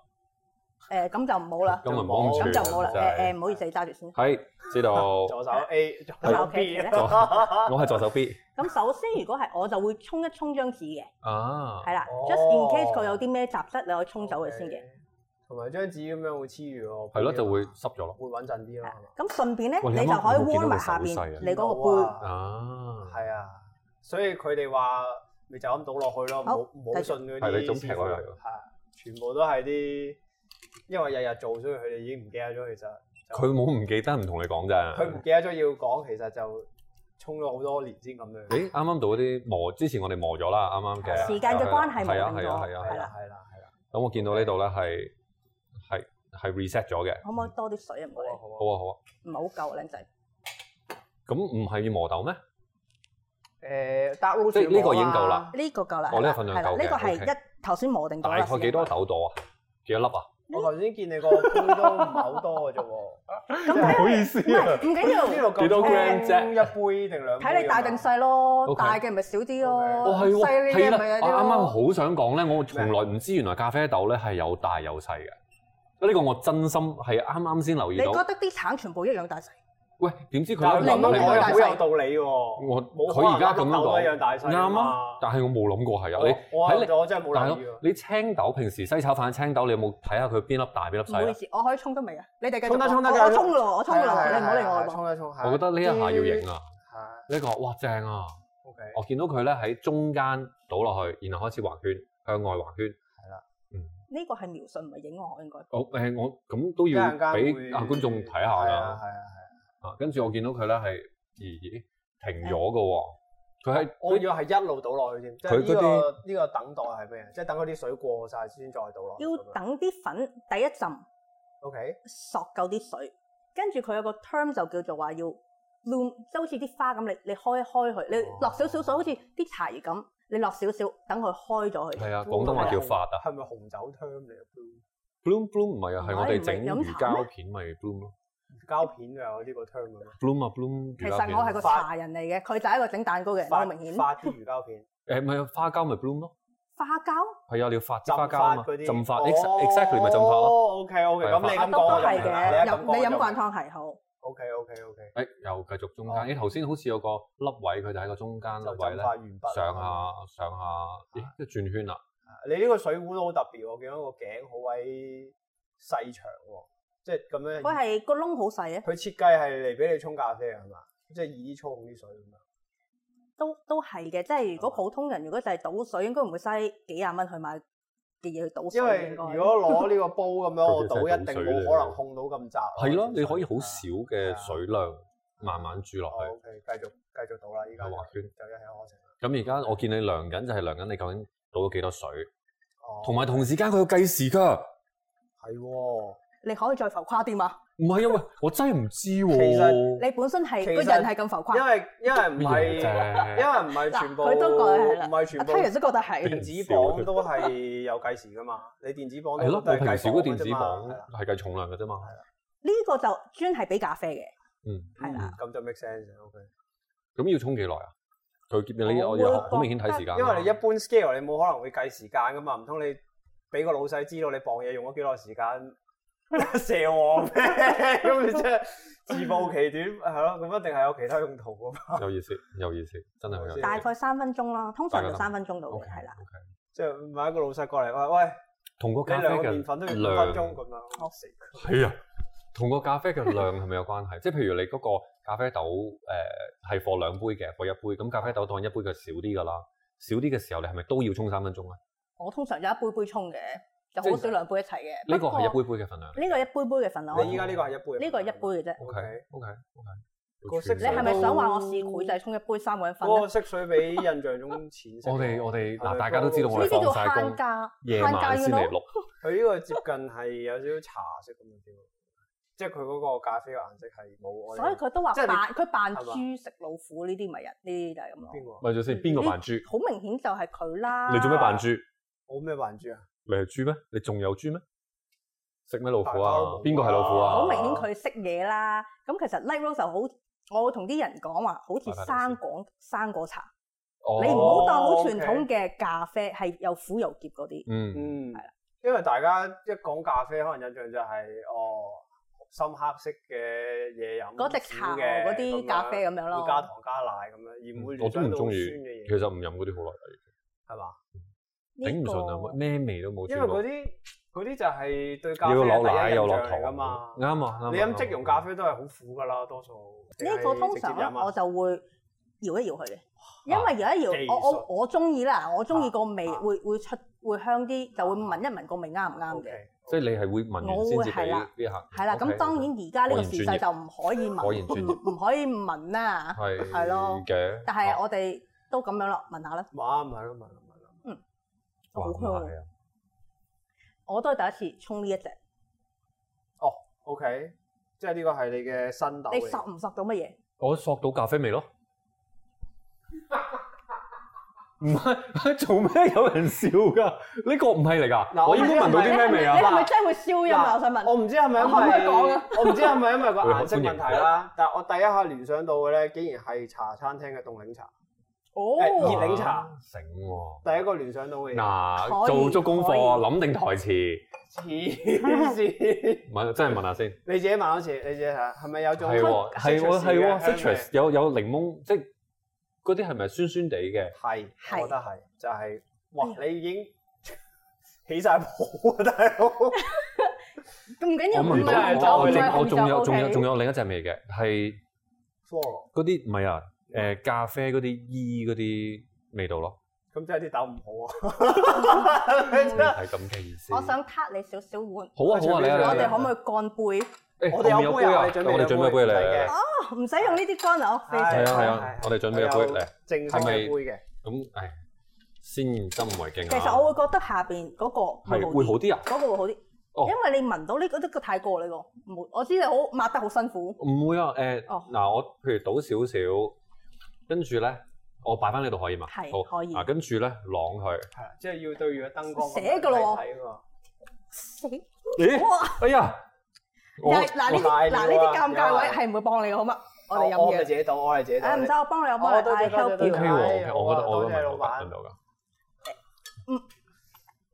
誒呃咁就唔好啦，
啊咁咪唔好咁
咁就唔好啦。
真係
誒誒唔好意思，你揸住先。
係，知道。
左手 A，左手啊
係
B
係
我係助手 B
咁首先如果係我就會沖一沖張紙嘅，
啊。
係啦
哦
，just in case 佢有啲咩雜質，你可以沖走佢先嘅。
哦
嘅。同埋張紙咁樣會黐住我。啊
係咯，就會濕咗咯。
會穩陣啲咯，係嘛？
咁順便咧，
喂你
你就
啱啱
可以
我見到
warm 埋
佢
下
手勢
邊
啊
啊你嗰個
啊
杯，係啊，所以佢哋話咪就咁倒落去咯，唔好
好
唔好信嗰啲。
係你總劈落去㗎
係啊全部都係啲，因為日日做，所以佢哋已經唔記得咗。其
啊
實
佢冇唔記得，唔同你講咋。
佢唔記得咗要講，其實就沖咗好多年先咁樣。
誒啱啱到嗰啲磨，之前我哋磨咗啦，啱啱
係啊
嘅
杯，時間嘅關係
係啊
冇
係啊
定咗，
係啊
係
係
啦
啦，，
係啦，係啦。
咁我見到呢度咧係係係 reset 咗嘅。
可唔可以多啲水啊？唔
好
該
啊
你，
好
好啊。
啊好啊，
唔係好夠啊，靚仔。
咁唔係要磨豆咩？
誒，dark roast
即係呢個已
啊
經夠啦
啦。
呢個夠啦，
哦
係
呢
啦
個份量
係啦
夠嘅
呢個係
OK
一頭先磨定咗
大
啦
概幾多？豆度啊？幾多粒啊？
嗯
我頭先見你個杯都唔係好多嘅啫喎，
咁睇
唔好意思
唔
啊，
係唔緊要，
呢度
幾多 gram 啫
一杯定兩杯咁樣？
睇你大定細咯
OK
大嘅咪少啲咯
OK
哦係喎，
細
係
嘅咪有
啦，我啊
啲
啱
咯
啱好想講咧，我從來唔知原來咖啡豆咧係有大有細嘅，呢個我真心係啱啱先留意
你覺
到。
得啲橙全部一樣大細？
喂，點知佢
但係咁
檸檬
樣
都
講又
係
大細
好有道理喎。
我
冇可能
佢而家咁樣
粒豆都一
講
樣大細㗎
啱
嘛
啊，但係我冇諗過係
我
啊，
哦
你
我
喺你
我真係冇
大佬
留意喎，。
你青豆平時西炒飯青豆，你有冇睇下佢邊粒大邊粒
唔好
細
意
啊？
思，我可以衝得未啊？你哋繼續
衝得
講
衝得
我
繼續
我衝咯，我衝
係啊
咯，
係啊
你唔好理我
係啊
啦。
衝一衝下。
我覺得呢一下要
嗯
型啊！
係
呢個哇正啊！
，OK，
我見到佢咧喺中間倒落去，然後開始橫圈，向外橫圈。
呢個係描述唔係影我應該。
我誒我咁都要
一陣間
俾
會
啊觀眾睇下
係啊。係
啦
啊係啊。
啊，跟住我見到佢咧係咦咦停咗嘅喎，佢喺
我要係一路倒落去添，即係
佢
呢
嗰
個呢個等待係咩？即係等嗰啲水過晒先再倒落去咁
要
樣。
等啲粉第一浸
OK，
索夠啲水，跟住佢有個 term 就叫做話要 bloom，即係好似啲花咁，你你開一開佢，你
哦
落少少水，好似啲茶葉咁，你落少少，等佢開咗佢。
係啊廣東話叫發啊
係咪紅酒 term 嚟啊
，bloom bloom 唔係啊，係我哋整
唔係唔係飲
魚
茶咩
膠片咪 bloom 咯
膠片㗎，有呢個 term 㗎咩？
，bloom 啊 bloom
其
魚
實
膠片
我係個
啊。
茶人嚟嘅，佢就係一個整蛋糕嘅人，好明顯。
發啲魚膠片，
誒唔係啊花膠咪 bloom 咯，
花膠
係啊，你要發啲
浸
花膠
發
啊嘛，
嗰啲
浸發 ex- exactly 咪浸發咯。
哦，OK OK，
係
咁
發
你
啊
咁
都
講我
都
就
係
明啦
嘅，飲你飲
慣
慣湯係好。
OK OK OK，
誒又繼續中間，
哦
咦頭先好似有個粒位，佢就喺個中間粒
就
位
浸
咧
發完畢。
上下上下，咦即係轉圈啊啦。
你呢個水壺都好特別，我見到個頸好鬼細長喎，即係咁樣。
佢係個窿好細啊，
佢設計係嚟俾你沖咖啡嘅啊係嘛？即係易啲操控啲水咁樣。
都都係嘅。即係如果
哦
普通人如果就係倒水，應該唔會嘥幾廿蚊去買嘅嘢去倒水。
因為
應
如
該
果攞呢個煲咁 樣，我
佢真係
倒一定
倒水嚟
冇可能控到咁窄。
係咯，你可以好少
係
嘅
啊
水量慢慢注落去。
O K，繼續繼續倒啦，依家
係
就
畫圈
就一氣呵成啦。
咁而家我見你量緊就係量緊你究竟倒咗幾多水，
哦
同埋同時間佢要計時㗎。
係喎，
你可以再浮誇啲嘛？
唔係啊， 喂，我真係唔知
其
喎。
你本身係
其實
個人係咁浮
因
誇，
為因為唔
乜嘢啊
係因
啫？
為唔係全部，
嗱佢都講係啦啊
唔係全部
阿 Terry 都覺得係。
電子磅都係有計時噶嘛。你電子磅
係咯，
都
我
係
平
計
時
磅
嗰
㗎
電
啫
子
嘛
磅
係啊啦
係計重量嘅啫嘛。
呢個就專係俾咖啡嘅，
嗯，
係啦。
咁就 make sense。O K，
咁要沖幾耐啊？佢你
我
我
會
又好
覺
明顯睇時間㗎
因
嘛。
為你一般 scale 你冇可能會計時間噶嘛，唔通你俾個老細知道你磅嘢用咗幾耐時間 射我咩？咁你真係自暴其短係咯，咁一定係有其他用途噶嘛。
有意思，有意思，真係好有意思。
大概三分鐘啦，通常
大
就
概
三分鐘到
O
嘅，
K
係啦。
O K，
即係買一個老細過嚟話：喂，
同個咖
你
啡
兩個
嘅
麵粉都要五分鐘
量
咁樣，嚇死佢！
係啊，同個咖啡嘅量係咪有關係？即 係譬如你嗰個咖啡豆誒係放兩杯嘅，放一杯，咁咖啡豆當一杯佢少啲㗎啦。少啲嘅時候，你係咪都要沖三分鐘啊咧？
我通常有一杯杯沖嘅，就
即係
好少兩杯一齊嘅。
呢個係一
不
杯杯嘅份量。
過呢個一杯杯嘅份量，
你依家呢個係一杯，
呢個係一杯嘅啫。
O K O K O K。
個色
你係咪想話我試佢就係沖一杯三個人份
嗰個
咧？
色水比印象中淺色。
我哋我哋
係
嗱，
咪
大家都知道
都
我
呢
哋
啲叫
放晒
慳
工，
家，
夜
慳家
晚
要
先嚟
咯。
錄。
佢呢個接近係有少少茶色咁嘅啫，即係佢嗰個咖啡嘅顏色係冇我哋。
所以佢都話
即係你
扮佢扮
係嘛
豬食老虎呢啲咪人，呢啲就係咁咯。
邊個啊？
咪住先，邊個扮豬？
好明顯就係佢啦。
你做咩扮豬？
我咩扮豬啊？
你係豬咩？你仲有豬咩？食咩老虎
大家都
啊
冇啊？
邊個係老虎啊？
好明顯佢識嘢啦。咁其實 Light Rose 就好，我會同啲人講話，好似生果生果茶，
哦
你唔好當好傳
OK
統嘅咖啡係有苦有澀嗰啲。
嗯
嗯，因為大家一講咖啡，可能印象就係、哦深黑色嘅嘢飲，
嗰隻茶
少嘅
嗰啲咖啡咁樣咯
會加糖加奶咁樣，而
嗯
唔會
嗯我都唔中意
聯想到好酸嘅
其
嘢，
實唔飲嗰啲好耐啦，
係嘛？
呢
頂唔
個
順啊！咩味都冇
因
穿
為
過。
嗰啲嗰啲就係對咖啡
要
嘅
落奶
第一
又
印
落
象
糖
嚟㗎嘛。
啱啊啱啊。
你飲即溶咖
啡
啡都係好苦㗎啦，多數。
呢個通常咧，
啊
我就會搖一搖佢哋，因為搖一
技
搖，
術
我我我中意啦，我中意個味
啊
會會出會香啲，就會聞一聞個味啱唔啱嘅。
即係你係會聞完先至俾呢客。
係啦，咁
OK，
當然而家呢個時勢就唔可以
果然 專業
聞，唔唔可以聞啦。
係
係咯
嘅。
但係我哋都咁樣咯，聞下啦，
哇，唔係咯，唔係咯，唔係咯，
哇
好
唔
香
係
喎
啊。
我都係第一次沖呢一隻，
哦，OK，即係呢個係你嘅新豆嚟
你
嘅。
索唔索到乜嘢？
我索到咖啡味咯。唔係 做咩有人笑㗎？呢個唔係嚟
嗱
㗎，
我
我應該聞到啲咩味
你係
啊？
咪真係會燒音啊？我想問。
我唔知係咪因
可唔可以
為
講啊
我唔知係咪因為個顏色問題啦，但係我第一下聯想到嘅咧，竟然係茶餐廳嘅凍檸茶，熱
哦，
檸茶
醒喎！
第一個聯想到嘅嘢。
嗱，
可以
做足功
可以
課，諗定台詞，
黐線！
問真係問下先。
你自己問好似，你自己睇下係咪有種
係喎，係喎，係喎
嘅香味
，citrus 有有檸檬，即係嗰啲係咪酸酸地嘅？
係，
係
我覺得係，就係
哎
哇！你已經 起晒泡啊，大佬！
咁唔緊要，
我聞
唔係
到，我我
就
仲我仲有仲有仲
有，
有另一隻味嘅，係
菠
嗰啲唔係啊，誒咖啡嗰啲衣嗰啲味道咯，
蘿咁真係啲豆唔好啊！真係
係咁嘅意思。
我想挞你少少碗，
好啊好啊，你啊
我
我
你
哋
啊
可唔可以乾杯？
誒
我哋有杯啊
我哋我哋準
我哋準備
備
杯
杯啊嚟
唔使嘅
嚟嚟，
哦，唔使用呢啲乾啊，我非
係啊係
常
係
啊
係，
我哋準備
我
一
有
杯嚟，
正式嘅杯嘅，
咁誒先斟為敬啊。
其實我會覺得下邊嗰個會
係
好
會好
啲，
啲啊，
嗰個會好啲。
哦
因為你聞到呢個呢個太過啦呢個，唔我知你好抹得好辛苦。
唔會啊誒
哦
嗱，我譬如倒少少，跟住咧我擺翻呢度可以嘛？
係
好
可以
啊，跟住咧啷佢。
係啦即係要對住個燈光
寫㗎咯喎
睇喎。
死
咦？
哇！
哎呀！我
但係嗱呢
我
啲
賴你
嗱呢啲
啊
尷尬位
又係
係唔會幫你嘅，好嘛？我哋
我
飲
咪
嘢。
自己倒，我係自己倒。
誒哎唔使，我幫你，我幫
哦
你
多謝
，I
多謝
help
多
OK
謝
you。
喎，OK，
哎
我
好啊
覺得
多謝
我覺得問到㗎
老闆
問到㗎。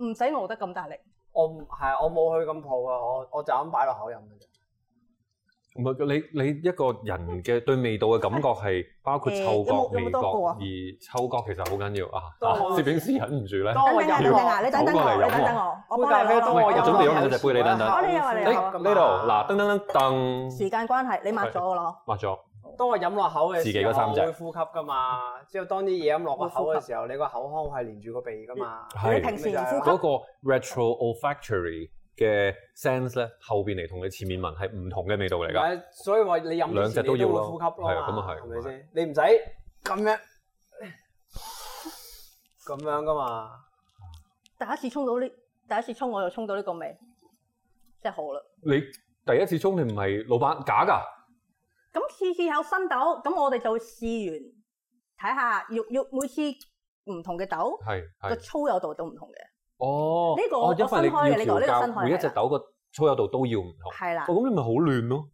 唔使熬得咁大力，
我唔係我冇去咁抱啊，我我就咁擺落口飲嘅啫。
唔係你你一個人嘅對味道嘅感覺係包括嗅
誒有冇
覺、
有
味
冇多過啊
覺，而嗅覺其實好緊要啊！
多
啊
過
攝影師忍唔住咧，
多
等
我
等
飲
下，等
喎
等下，你等
走
等
過嚟
我，你
飲
等
喎
等我，我
杯
幫
哦咖
你
啡
攞
多
攞
我
喂
飲
攞
準備
咗
咗兩隻杯你等等
我哋有我哋啊有
誒呢度嗱，噔噔噔噔，
時間關係，你抹咗我咯。
抹咗
當我飲落口嘅
自己
時
嗰
候，
三
我
隻
會呼吸噶嘛。之後當啲嘢飲落個口
會呼
嘅時候，你個口腔係連住個鼻噶嘛。
係
你平時唔呼吸
嗰個 retroolfactory 嘅 sense 咧，後邊嚟同你前面聞係唔同嘅味道嚟㗎。
係，啊所以話你飲
兩
之
隻
前
都
你
要
都會
咯
呼吸咯
係啊咁
嘛
啊係
係
咁
咪
啊
先？你唔使咁樣咁樣噶嘛。
第一次沖到呢，第一次沖我就沖到呢個味，真係好啦。
你第一次沖你唔係老闆假㗎？
咁次次有新豆，咁我哋就試完睇下，要要每次唔同嘅豆
係
個
係。
粗幼度都唔同嘅，
哦，
呢個
哦因
我
為
新開嘅
你要
呢個呢個
調
新
校
開
每一
係
隻
啦
豆個粗幼度都要唔同。
係啦，
哦，咁你咪好亂咯，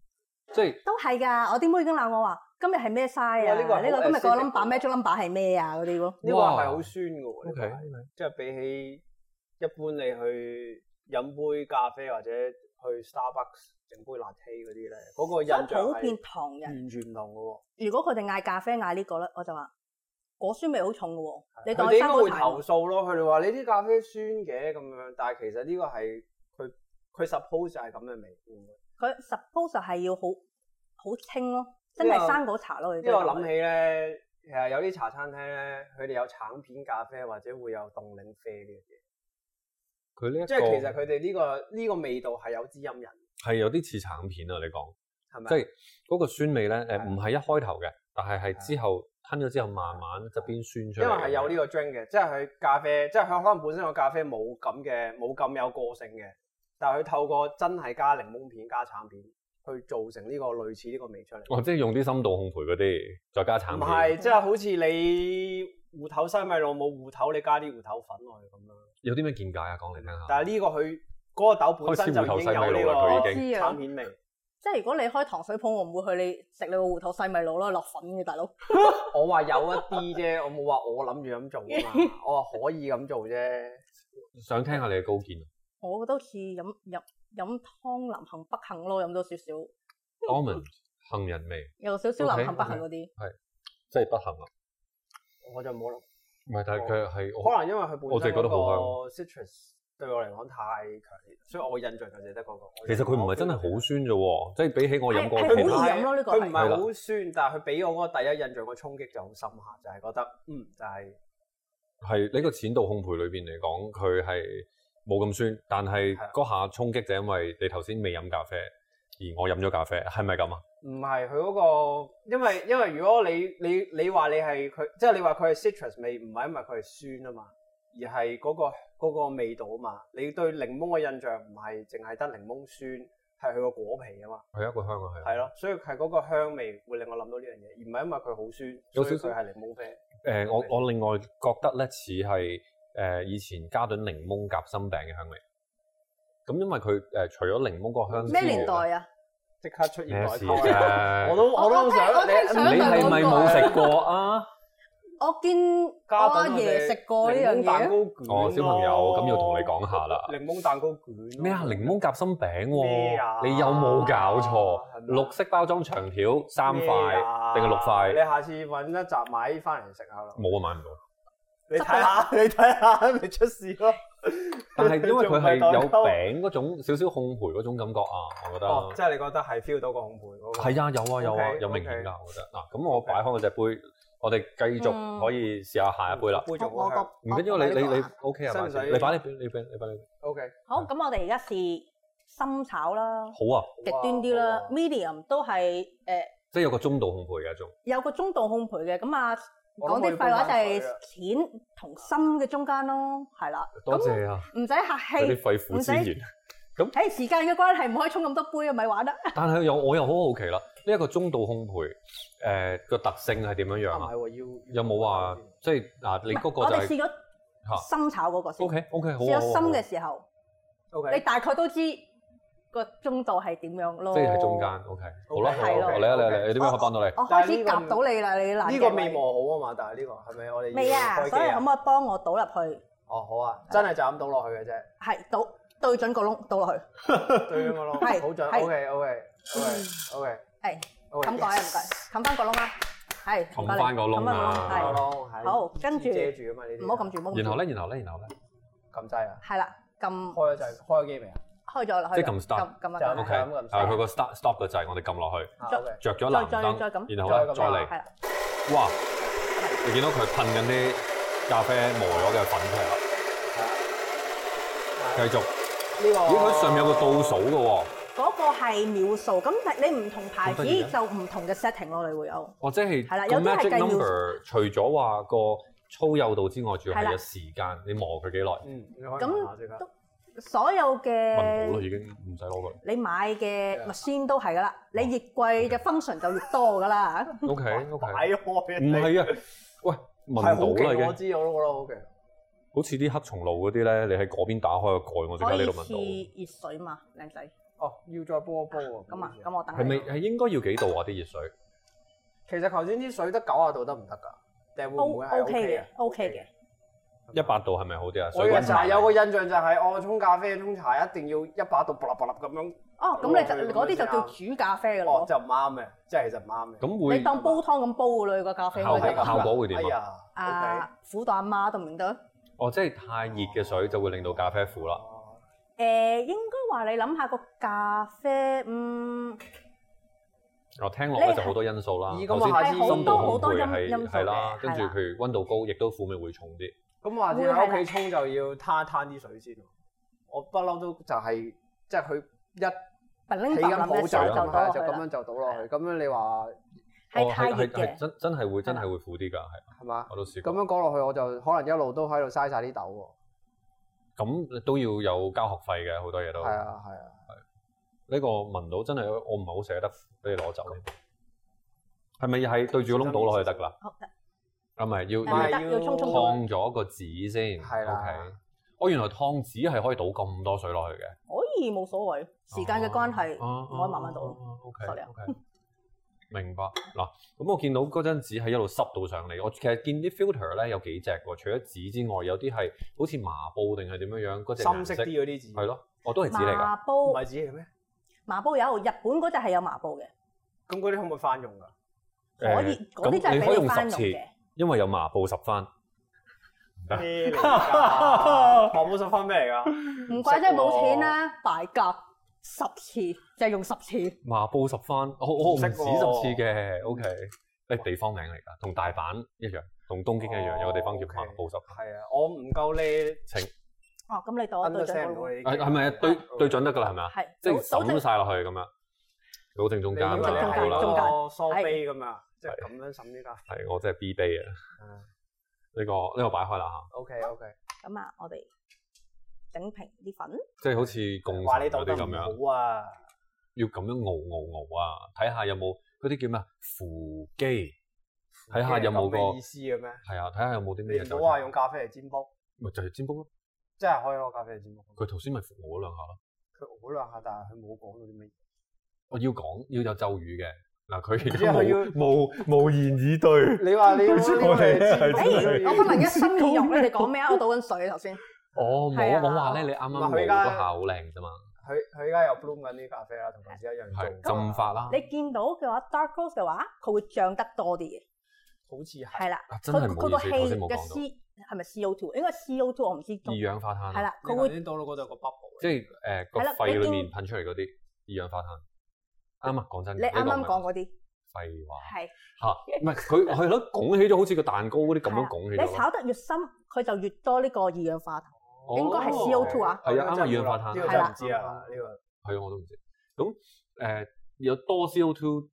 即係
都係㗎。我啲妹已經鬧我話：今日係咩 size
哇呢個
啊？
好
呢個今日個
aesthetic
number 咩 number 係咩啊？嗰啲咯。
呢個
哇
係好酸嘅喎，呢個
OK
係即係比起一般你去飲杯咖啡或者去 Starbucks 整杯 latte 嗰啲咧，嗰、個印象
普遍
係
唐人，
完全唔同嘅喎。
如果佢哋嗌咖啡嗌呢個咧，我就話果酸味好重嘅喎，你當
佢哋
佢
應
三
該
杯
會
茶
投訴咯，佢哋話你啲咖啡酸嘅咁樣，但係其實呢個係佢佢 suppose 就係咁嘅味。嗯
佢 suppose 就係要好好清咯，真係生果茶咯。
因為我諗起咧，其實有啲茶餐廳咧，佢哋有橙片咖啡或者會有凍檸啡呢樣嘢，
佢呢一個
即係其實佢哋呢個呢、個味道係有滋陰人，
係有啲似橙片啊！你講，
係咪？
即係嗰個酸味咧，誒
係
唔係一開頭嘅，但係
係
係之後吞咗之後慢慢側邊酸出
因為
嚟。
係有呢個 drink 嘅，即係佢咖啡，即係佢可能本身個咖啡冇咁嘅，冇咁有個性嘅，但係佢透過真係加檸檬片、加橙片去造成呢個類似呢個味出嚟。
哦，即係用啲深度烘焙嗰啲，再加橙
唔
片。
係，即係好似你芋頭西米露冇芋頭，你加啲芋頭粉落去咁樣。
有啲咩見解啊？講嚟聽下。
但係呢個佢嗰個豆本身就已經有呢
開
始芋頭西米露啦佢已經
個橙片味。
即係如果你開糖水鋪，我唔會去你食你個芋頭西米露啦，落粉嘅大佬。
我話有一啲啫，我冇話我諗住咁做㗎 嘛，我話可以咁做啫。
想聽下你嘅高 見。啊
我覺得好似飲飲飲湯南杏北杏咯，飲咗少少，
almond 杏仁味，
有少少
OK，
南杏北杏嗰啲。
即係不幸啊！
我就冇諗，
唔係，但係佢係
可
我
能因為佢
我
本
就係
身
覺
嗰
得
個
好香
citrus 對我嚟講太強烈，所以我印象就淨係得嗰個。
其實佢唔係真係好酸啫喎，即係比起我飲過
係
其
係好
他
易飲咯呢個係
佢唔係好酸，但係佢俾我嗰個第一印象嘅衝擊就好深刻，就係、覺得嗯，就係、
係呢個淺度烘焙裏邊嚟講，佢係冇咁酸，但係
係啊
嗰下衝擊就因為你頭先未飲咖啡，而我飲咗咖啡，係咪咁啊？
唔係佢嗰個，因為因為如果你你你話你係佢，即係你話佢係 citrus 味，唔係因為佢係酸啊嘛，而係嗰、個嗰個味道啊嘛。你對檸檬嘅印象唔係淨係得檸檬酸，係佢個果皮啊嘛，
係一個香啊，係啊。
係咯，所以係嗰個香味會令我諗到呢樣嘢，而唔係因為佢好酸，
有
所以
少
佢
少
係檸檬啡。
誒，我我另外覺得咧似係誒以前嘉頓檸檬夾心餅嘅香味。咁因為佢誒、除咗檸檬個香之
咩
外呢，
年代啊？
即刻出現
咩
代
事
溝啊
啫？
我都我都想
我聽我聽想
你
問
係咪冇
嗰
食過啊？
我見我
嘉頓
阿
佢
爺
哋
食過呢樣
檸檬
嘢
蛋糕
啊，
卷
哦，小朋友，
咯
咁要同你講下啦。
檸檬蛋糕卷咯
咩啊？檸檬夾心餅
咩啊
喎，你有冇搞錯
係？咪
綠色包裝長條三
咩
塊
啊
定係六塊
你？下次揾一集買翻嚟食下 啦。
冇啊，買唔到。
你睇下， 你睇下，咪出事咯。
但係因為佢係有
仲
啊
唔係代溝
餅嗰種少少烘焙嗰種感覺啊，我覺得。
哦，即係你覺得係 feel 到個烘焙嗰個。
係啊，有啊有啊
OK，
有明顯
OK
㗎，我覺得。嗱，咁我擺開嗰只杯，我哋繼續
嗯
可以試下下一啊杯啦。
杯
我
仲
我
好
個
香。
唔緊要，你你你 OK 啊？
使唔
擺
使
先你擺你杯，你擺你擺你杯。
O K，
好，咁我哋而家試深炒啦，
好啊，
極端啲啦，medium
啊
都係誒、呃
即係有個中度烘焙嘅一種。
有個中度烘焙嘅，咁啊
我都
講
可以
啲廢話
搬
就係
返
淺同深嘅中間咯，係啦，
多謝啊，
唔使客
有
氣
啲。肺腑之言。
睇時間嘅關係，唔可以沖咁多杯啊，咪玩得。
但係又我又好好奇啦，呢、一個中度烘焙誒個、特性係點樣樣
啊唔
啊
係？喎，要
有冇話即係嗱？你嗰
我
個就
哋
係、
試咗深炒嗰個先
O，K O K 好
試
啊，
咗深嘅時候，
？O K，
你大概都知個中度係點樣咯。
即係中間。O K 好啦，
係咯
好啦，嚟啊嚟啊嚟啊，你點樣可以幫到你？
我開始夾到你啦，你難
呢個未磨好啊嘛，但係呢個係咪我哋要
未啊，
開
所以
機
可唔？可以幫我倒入去？
哦，好啊，真係就咁倒落去嘅 啫，
係倒對準個窿倒落去。
對我咯，
係
好準
係
，O K O K O K O K
係
O
冚
K，
蓋啊，唔該，冚翻個窿啦。係唔該
冚返個窿啊
冚返
好
係
咯，係
好，跟住
遮
唔
住啊嘛呢啲，
好撳住，唔好撳住。
然後咧，然後咧，然後咧，
撳掣啊，
係啦，撳
開咗掣，開咗機未啊？
開咗啦，
即係
開咗
撳 start
撳撳一
就
撳
係
一
O
咁
撳
K
咁咁
啊佢個 stop stop 嘅掣，我哋撳落去，
啊
再
O K，
着咗
再
藍燈，
再再咁
然後
再
咧
咁
再嚟，
係啦。
哇！你見到佢噴緊啲咖啡磨咗嘅粉出嚟啦，繼
係啊
續。
呢個
咦，佢上面有個倒數嘅喎，
嗰個係秒數，咁但係你唔同
好
牌子
得意啊
就唔同嘅 setting 咯，你會有。
哦，即係
係啦
個
有啲係
magic
計秒
number，除咗話個粗幼度之外，仲要
係
係
啦
有時間，你磨佢幾耐？
嗯，你可以問下即
咁
刻
都所有
問好啦，
嘅
已經唔使攞過嚟。
你買嘅
Yeah.
machine 都係噶啦，你越貴嘅 function 就越多噶啦。
O K O
擺
K，
開，
唔係啊，喂，聞
係好
到啦已
勁，
經
我，知我都覺得好勁。
好似啲黑松露嗰啲咧，你喺嗰邊打開個蓋，我即刻
可以
喺呢度聞
試熱水嘛，靚仔。
哦，要再煲一煲喎。
咁啊，咁
啊，
我等
到。係咪
你。
係應該要幾度啊？啲熱水
其實頭先啲水得九啊度得唔得㗎？定係會唔
O
會係
哦 OK
OK 嘅
嘅，OK 嘅。
一百度係咪好啲啊？
我
水
嘅
温
就係有個印象就係我沖咖啡、沖茶一定要一百度卜立卜立咁樣，
哦，咁
咁
你
樣
就嗰啲就
先
叫
啱
煮咖啡嘅
哦
咯。
就唔啱嘅，即係其實唔啱嘅。
咁
你
會
當煲湯咁煲㗎啦，個咖啡應
效
該就
果
係
效果會點
哎
啊？
呀，OK，
啊，苦到阿媽都唔認得。
哦，即係太熱嘅水就會令到咖啡苦啦。
哦
誒，應該話你諗下個咖啡，嗯。
我哦聽落咧
你
就好多因素啦。
咦
頭
咁
先
啊下次
深
深
度
度
烘
烘
焙
焙
係
係
係啦，
係
跟住
啦
譬如温度高，亦都苦味會重啲。
咁或者喺屋企沖就要攤一攤啲水先喎。我不嬲都就係即係佢一
白拎
起
白
咁
冧
好
嘅
就
時候就
咁
倒
係
落
就
去
咁
啦
樣，就倒落去。咁樣你話
係
哦
太熱
係係
嘅。
真真係會真
係啦
係會苦啲㗎，係
係嘛？
我都試過
咁。樣啊講落去，我就可能一路都喺度嘥晒啲豆喎。
咁都要有交學費嘅，好多嘢都。
係啊，係啊。
呢個聞到真係我唔係好捨得俾你攞走添。係咪係對住個窿倒落去就得㗎啦？
好得
啊，唔係要
唔係
要
得要沖沖到。
燙咗個紙先。
係啦
OK。我原來燙紙係可以倒咁多水落去嘅。
可以冇所謂，時間嘅關係，
哦
我可以慢慢倒。
O K
Sorry 啊
O K，明白嗱。咁我見到嗰張紙係一路濕到上嚟，我其實見啲 filter 咧有幾隻喎，除咗紙之外，有啲係好似麻布定係點樣樣嗰隻
深
顏
色
色
啲嗰啲字，
係，咯，我都係紙嚟㗎。
麻
唔
煲
係紙嚟咩？
麻煲有，日本嗰只係有麻煲嘅，
咁嗰啲可唔可以翻用㗎？
可以
誒
嗰啲就
咁你可
係
以
俾
用
你翻
十
用
次，
嘅。
因為有麻布十番。
咩嚟㗎？ 我冇十分咩嚟㗎？
唔怪得冇錢啦，敗家十次就係用十次，
麻布十番，我我唔
唔識
止十
喎
次嘅，OK。誒地方名嚟㗎，同大阪一樣，同東京一樣，有個地方叫
哦，OK
麻布十番。
係啊，我唔夠咧
哦，咁你倒對準
，understand
個
到
窿，
你。
誒係咪對對準得㗎啦？係咪啊？
係
即係
倒倒
抌
正
晒落去咁樣，老正中
你
間啦，
要
咁就
好
中間中間
啦，
個梳飛咁啊，即係咁樣審呢架。
係我真係 B day 啊！
嗯
呢個呢個擺開啦
OK OK，
咁啊，我哋整平啲粉，
嚇，即係好似共
話你
神
讀
嗰
得
啲
唔
咁樣，
好啊！
要咁樣熬熬熬啊！睇下有冇嗰啲叫咩啊？扶基睇下有冇個
咁嘅意思嘅咩？
係啊，睇下有冇啲
你
咩
唔好話用咖啡嚟煎煲，
咪就係占卜咯。
真係可以攞咖啡嚟煎煲。
佢頭先咪服我嗰兩下咯。
佢好兩下，但係佢冇講到啲咩。
我要講要有咒語嘅嗱，佢而
即係
家
佢要
冇冇無言 以對。
你話你
佢出我哋
呢個
係
嚟
真
煎
係
煲
我可能一身嘅肉咧，你講咩啊？我倒緊水頭先。
哦，
係
冇
啊
我話咧，你啱啱
唔係佢
冇
而
嗰
家
下好靚啫嘛，
佢佢而家又 bloom 緊啲咖啡啦，同頭先一樣
係
做
浸法啦。
你見到嘅話，dark rose 嘅話，佢會漲得多啲嘅，
好似係
係啦。
啊 À, 真
佢
係
佢
冇意思，
個
頭
氣
先冇
嘅
講
C
到
係咪 CO2？應該 CO2，我唔知道。
二氧化碳
係
啊，
啦，
你
佢
頭
會
先到到嗰度有個 bubble，啊
即係誒
係啦
個肺裏
你
面
見
噴出嚟嗰啲二氧化碳。啱啊，講真嘅，
你啱啱講
嗰
嗰啲
廢話
係。
嚇，唔係佢佢咯，拱起咗好似個蛋糕嗰啲咁
係
樣
啊
拱起
你
咗
炒
咯。
得越深，佢就越多呢個二氧化碳。
哦
應該係 CO2 啊
係啊，啱啊，二氧化碳
哦呢個真係唔知啊，呢個
係啊，我都唔知。咁誒、呃有多 CO2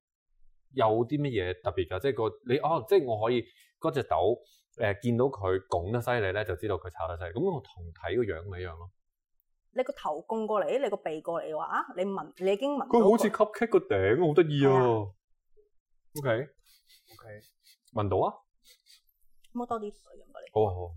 有啲乜嘢特別㗎？即係個你哦，即係我可以嗰只豆誒、呃、見到佢拱得犀利咧，就知道佢炒得犀利。咁我同睇個樣咪一樣咯。
你個頭供過嚟，你個鼻過嚟嘅話，啊你聞你已經聞到
佢好似
個
cupcake 個頂，好得意啊
係！
OK，
OK。
聞到啊？
摸多啲水咁過嚟。
好啊好啊。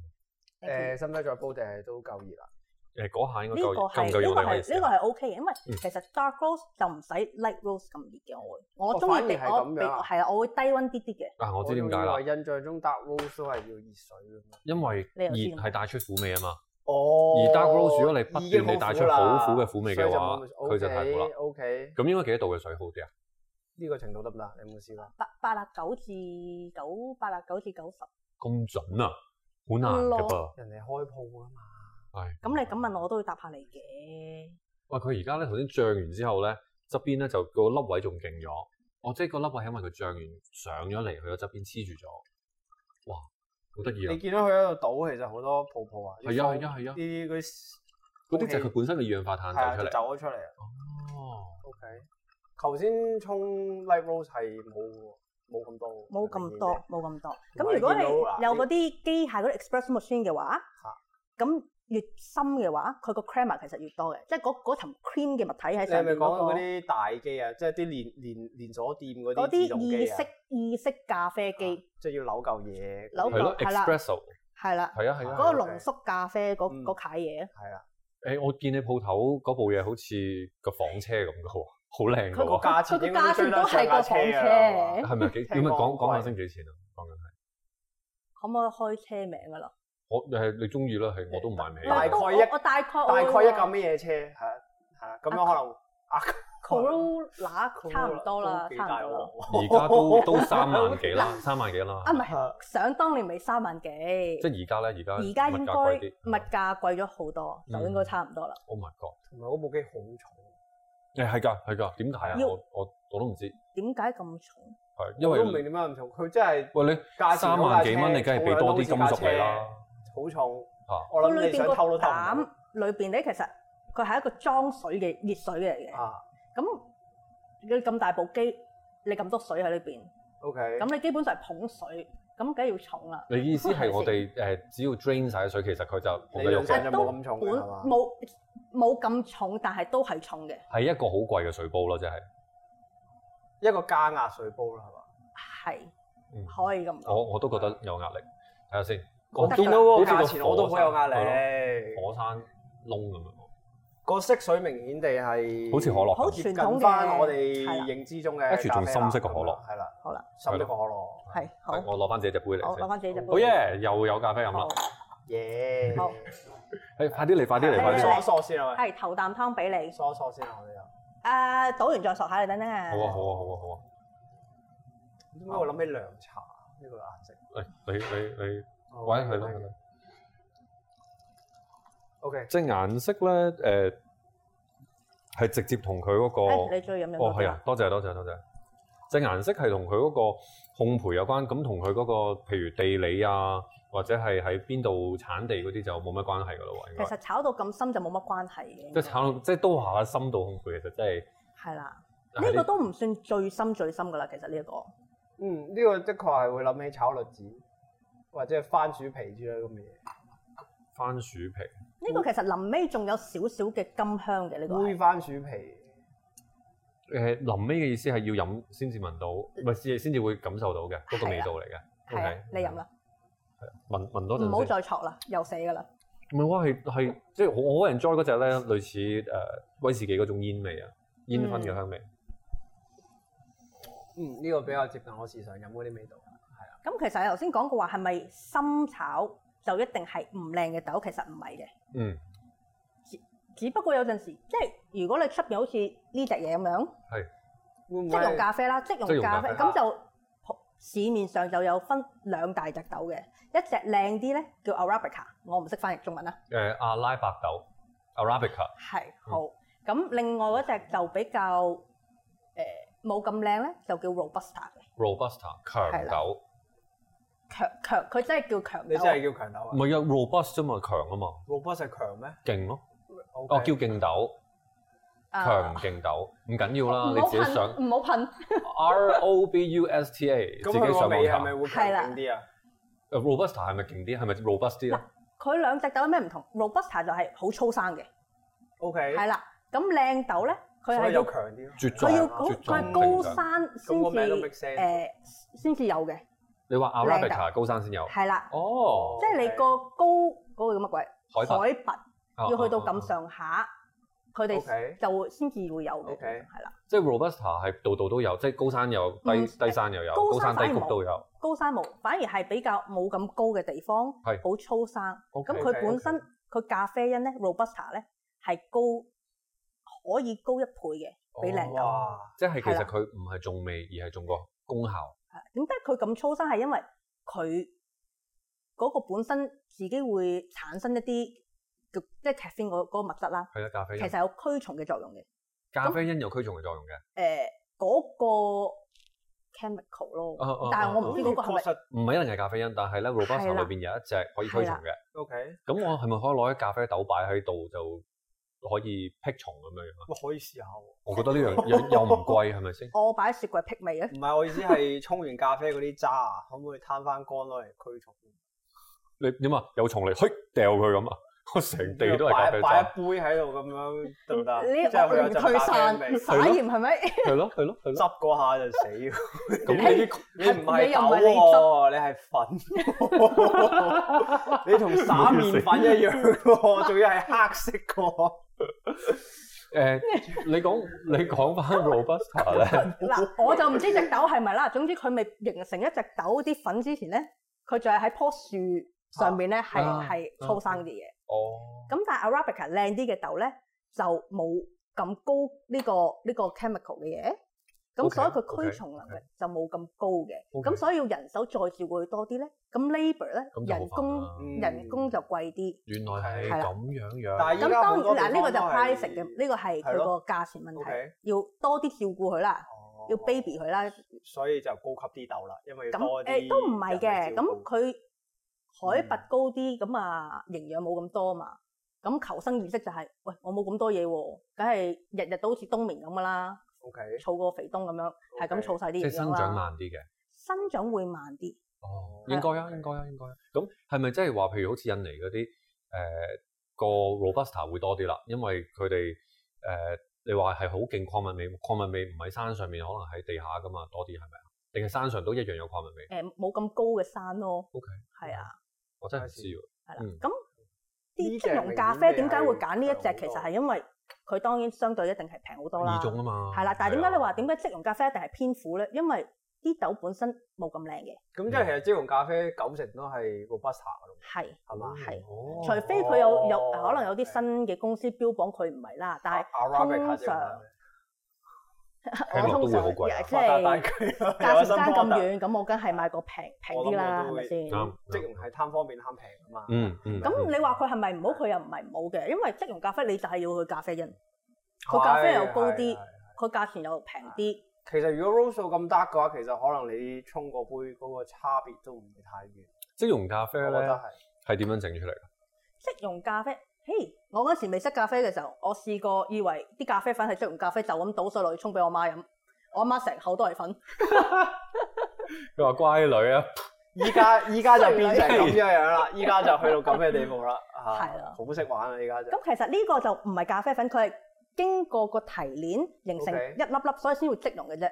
誒，使唔使再煲定係都夠熱啊啦？
誒嗰下應該
呢
夠
個
夠
係
唔
呢
夠用
個
你可以
係
試
呢個
下。
係 OK 嘅，因為
嗯
其實 dark rose 就唔使 light rose 咁熱嘅，我會
哦
我中
反
意
而
比
係
我
咁
比
樣啊
係啊，我會低温啲啲嘅。
啊，我知點解啦
我，印象中 dark rose 都係要熱水嘅嘛。
因為
你又
熱
知點解
係帶出苦味啊嘛。
哦
而 dark rose 如果你不斷地帶出好苦嘅苦味嘅話佢就太苦啦
O K，
咁應該幾多度嘅水好啲啊？
呢個程度得唔得？你有冇試過？
八八啊九至九八啊九至九十，
咁準啊，好難㗎噃。
人哋開鋪啊嘛，
係。
咁你
哦
咁問我我都會答下你嘅。
喂，佢而家咧頭先漲完之後咧，側邊咧就個粒位仲勁咗。哦，即係個粒位係因為佢漲完上咗嚟，佢個側邊黐住咗。哇，好得意啊
你！見到佢喺度倒，其實好多泡泡啊。
係啊係啊係啊
呢，啲嗰啲
嗰啲就係佢本身嘅二氧化碳
係啊，就
走出嚟。
走咗出嚟啊。
哦，
O K，頭先沖 light rose 係冇喎，冇咁多喎，
冇咁多
明顯，
冇咁多。
同埋
咁如果你
見到嗱
有嗰啲機械嗰啲 express machine 嘅話，咁越深嘅話，佢個 creamer 其實越多嘅，即係嗰嗰層 cream 嘅物體
你
喺
係
上
咪
面
講緊
嗰
嗰
個
啲大機啊？即係啲連連連鎖店嗰
嗰
啲自
啲
動
意
機啊
式？意式咖啡
啊
機，
即係要扭嚿嘢，
扭
哦係
嚿
咯
係啦
，espresso
係啦，
係啊係啊。
嗰個
係
濃縮咖啡嗰
嗯
嗰塊嘢，
係啦，
誒，我見你鋪頭嗰部嘢好似個房車咁嘅喎，好靚嘅
個
喎。
價錢
佢個
應該追
價錢
得
都
上
係
架
個
車
房
啊係
車，
係咪幾？
聽講
點啊？講講下
貴
先幾錢啊？講緊係
可唔可以開車名㗎啦？
我誒，你中意啦，係我都唔買
大概。
尾
都我
一
我大概
大概一架咩嘢車
哦
係啊係啊咁樣可能啊
Corolla 差唔多啦，
都幾
差
大
唔多啦。
而
鑊喎
家都都三萬幾啦，三萬幾啦。
啊，唔係，
啊
想當年未三萬幾，
即係而家咧，而家
而家應該
物價貴啲
嗯
物價貴咗好多，就應該
嗯
差唔多啦。
Oh my god！
同埋嗰部機好重，
誒係㗎係㗎，點解啊？
要
我我我都唔知，
點解咁重？
係因
我都唔明
為
點解咁重，佢真係
喂你
價錢
三
嗰
萬
架
幾
車
蚊，你梗係俾多啲金
重量都好似
屬你啦。
好重
啊，
我
佢
諗
裏
你
邊
想
個
偷都偷唔
膽
到
裏邊咧，其實佢係一個裝水嘅熱水嚟嘅。
啊。
咁你咁大部機，你咁多水喺裏邊，
OK，
咁你基本上係捧水，咁梗係要重啦。
你意思係我哋誒只要 drain 晒水，其實佢就冇
理
得
論
用
上
嘅，
就
都
冇咁重
本
㗎係嘛
冇冇咁重，但係都係重嘅，
係一個好貴嘅水煲咯，真係。
一個加壓水煲啦，係嘛？
係
嗯
可以咁講。
我我都覺得有壓力，睇下先。
我
都
見到嗰個
哦好
價
似
錢，
個
我都好有壓
火山係
力。
咯火山窿咁樣，
個色水明顯地係
好似可樂
好
咁。
接近
傳統
翻
嘅
我哋
係啦
認知中嘅
Actually 仲深色過
嘅
可樂
係啦，
好啦，
深色過可樂，
係好，
我攞翻自己隻杯
好
嚟先
攞。翻自己隻杯。
好耶！又有咖啡飲啦
好，！
耶！
好
誒快啲嚟，快啲嚟，
係
快啲
係
嚟！
嗦一嗦先啊，喂，
係頭啖湯俾你，
嗦一嗦先啊，我哋又。
誒倒完再索下你等等啊
好。啊，好啊，好啊，好啊！
點解我諗起涼茶呢個顏色？
嚟，你你你，喂佢啦，佢啦。
O K，
即係顏色咧，誒係直接同佢嗰個
誒你最飲飲
哦
多
係
啲
啊
啊，
多謝多謝多謝。即係顏色係同佢嗰個烘焙有啊關，咁同佢嗰個譬如地理啊，或者係喺邊度產地嗰啲就冇乜關係㗎咯喎，應
其
該。
實炒到咁深就冇乜關係嘅。
即係炒到即係都下深度烘焙，其實真係
係啦，
但係
呢個都唔算最深最深噶啦，其實呢一個
嗯，呢個的確係會諗起炒栗子或者係番薯皮之類咁嘅嘢，
番薯皮
呢個其實臨尾仲有少少嘅金香嘅呢個係，
煨番薯皮
誒呃臨尾嘅意思係要飲先至聞到，唔係先先至會感受到嘅嗰個味道嚟嘅。
呃係啊
OK，
你飲啦，
聞聞啊多陣
唔
先
好再錯啦，又死㗎啦。
唔係我係係即係我好 enjoy 嗰只咧，類似誒、呃威士忌嗰種煙味啊，煙燻嘅香味。
嗯，呢個比較接近我時常飲嗰啲味道。
咁其實你頭先講過話係咪深炒就一定係唔靚嘅豆？其實唔係嘅，
嗯，
只不過有陣時即係如果你出邊好似呢隻嘢咁樣，
會唔
即溶
會
咖啡啦，即
即
溶
溶
咖
咖
啡
啡
咁就市面上就有分兩大隻豆嘅，一隻靚啲咧叫 Arabica，我唔識翻譯中文啦，
誒、呃阿拉伯豆 （Arabica）
係好。咁另外嗰隻就比較誒冇咁靚咧，就叫 Robusta 嘅
Robusta 強豆，
強強，佢真係叫強
你
豆
真
啊。
係叫強豆啊
唔係啊 Robust 啫嘛，強啊嘛，
？Robust 係強咩？
勁咯。
哦
哦，叫勁豆，
啊
強勁豆，唔緊要啦，
唔
你
好
自己想
噴，唔好噴。
R O B U S T A，自
咁
己
佢個
上網
味係咪
查。
會強勁啲啊？
誒 Robusta 係咪勁啲？係咪 Robust 啲咧？啊
佢兩隻豆有咩唔同？Robusta 就係好粗生嘅，
O K，
係啦。咁靚豆咧，佢
所
係
以就
要
強啲咯。
絕
佢要
壯，
好
絕
佢係
壯
哎高
勁豆。
山先
咁個名都 make
至
sense。
誒先至有嘅，
你話 Arabica 高山先有？
係啦。
哦
即，係你個高嗰個叫乜鬼
海拔啊
海拔要去到
啊啊啊
咁上下，佢
OK
哋就會先至會有嘅，
OK
係啦。
即係 Robusta 係度度都有，即係高山有，低
嗯
低山又有，
高
高
山
山
反而
低谷都有。
高山冇，反而係比較冇咁高嘅地方，
係
好粗生。
OK
咁佢
OK，OK
本身佢咖啡因咧，Robusta 咧係高可以高一倍嘅，
哦
比靚豆。
哇！
即係其
係啦
實佢唔係重味，而係重個功效。
啊點解佢咁粗生？係因為佢嗰個本身自己會產生一啲叫即係 caffeine 嗰嗰個物質啦，
係啦，啊咖啡
其
因，
實有驅蟲嘅作用嘅。誒、
咖啡因有驅蟲嘅作用嘅。
嗰、個 chemical 咯，
哦哦
但係我唔知嗰個係咪
確實
唔係一定係咖啡因，但係咧 Robusta
係
裏
啦
邊有一隻可以驅蟲嘅。
O K，
咁我係咪可以攞啲咖啡豆擺喺度就可以辟蟲咁樣樣啊？
我可以試下喎。
我覺得呢 樣又又唔貴，係咪先？
我擺喺雪櫃辟味咧。啊
唔係我意思係沖完咖啡嗰啲渣啊，可唔可以攤翻乾攞嚟驅蟲？
你點啊？有蟲嚟，嘿掉佢咁啊！我成地都係咖啡
擺擺一
渣，
杯喺度咁樣得唔
啊
得？
你
即係
惡
佢有
言
陣
退
咖
散
啡味，，
撒
係咯
鹽 係咪？
係咯係咯係咯。
執嗰下就死。
咁你啲
你唔係豆
你又唔係你
喎，你係粉， 你同撒面粉一樣喎，仲要係黑色個。
誒呃你講 你講翻 Robusta 咧，
嗱，我就唔知隻豆係咪啦。總之佢未形成一隻豆啲粉之前咧，佢就係喺棵樹上面咧係
啊
係粗生啲嘢。
哦，
咁但係 Arabica 靚啲嘅豆咧就冇咁高呢、個呢、個 chemical 嘅嘢，咁
OK，
所以佢
OK，
驅蟲能力就冇咁高嘅，
OK
咁所以要人手再照顧佢多啲咧，咁 labour
咁
咧
就好
人工
煩啦。
嗯
人工就貴啲。
原來係
係啦
咁樣樣。
但係
咁
依家好
當
多
然嗱，呢個就
地方係
price 嘅，呢個係佢
係咯
個價錢問題，
OK 哦
要多啲照顧佢啦，要 baby 佢啦。
所以就高級啲豆啦，因為要
咁
多啲
誒都唔係嘅，
人嚟照顧嗯
咁佢海拔高啲，咁啊營養冇咁多嘛。咁求生意識就係、喂，我冇咁多嘢喎，梗係日日都好似冬眠咁噶啦，
OK
儲個肥冬咁樣，係咁儲晒啲
即係
營養
生長
啦。
慢啲嘅。
生長會慢啲，
哦，
係啊
應該啊，應該啊，應該啊。咁係咪即係話，譬如好似印尼嗰啲誒呃個 robusta 會多啲啦？因為佢哋誒呃你話係好勁礦物味，礦物味唔喺山上面，可能喺地下噶嘛，多啲係咪啊？定係山上都一樣有礦物味？
誒冇咁高嘅山咯。
OK
係啊，
我真係唔知喎。
係啦
嗯。
咁
呢
啲
隻
即溶咖啡點解會揀
明
呢一隻？
顯地係
其實係因為佢當然相對一定係平好多啦
二。種啊嘛。
係啦，但係點解
啊
你話點解即溶咖啡一定係偏苦咧？因為啲豆本身冇咁靚嘅，
咁即
嗯
係其實即溶咖啡九成都係 robusta 咯，
係。
係嗯嘛？
係
哦
除非佢有有
哦
可能有啲新嘅公司標榜佢唔係啦，但係
啊 Arabica
通常
聽
我
落都
通
會
常
好貴啊
即係價錢爭咁遠，咁我梗係買個平平
我諗
啲
我
啦，係
都
咪
會
先？
啱
即溶係貪方便貪平啊嘛。
嗯嗯。
咁
嗯
你話佢係咪唔好？佢又唔係唔好嘅，因為即溶咖啡你就係要佢咖啡因，佢咖啡又高
係係
啲
係，
佢價錢又平啲，
其實如果 Rose 咁得嘅話，其實可能你沖個杯嗰個差別都唔會太遠，
即溶咖啡
我覺得
咧
係。
係點樣整出嚟㗎？
即溶咖啡。嘿，我嗰時未識咖啡嘅時候，我試過以為啲咖啡粉係即溶咖啡，就咁倒水落去沖俾我媽飲，我媽成口都係粉。
佢話乖女啊，
依 家依家就變成咁樣樣啦，依家就去到咁嘅地步啦，嚇
係啦
好識玩啊！依家就
咁其實呢個就唔係咖啡粉，佢係經過個提煉形成
OK
一粒粒，所以先會即溶嘅啫。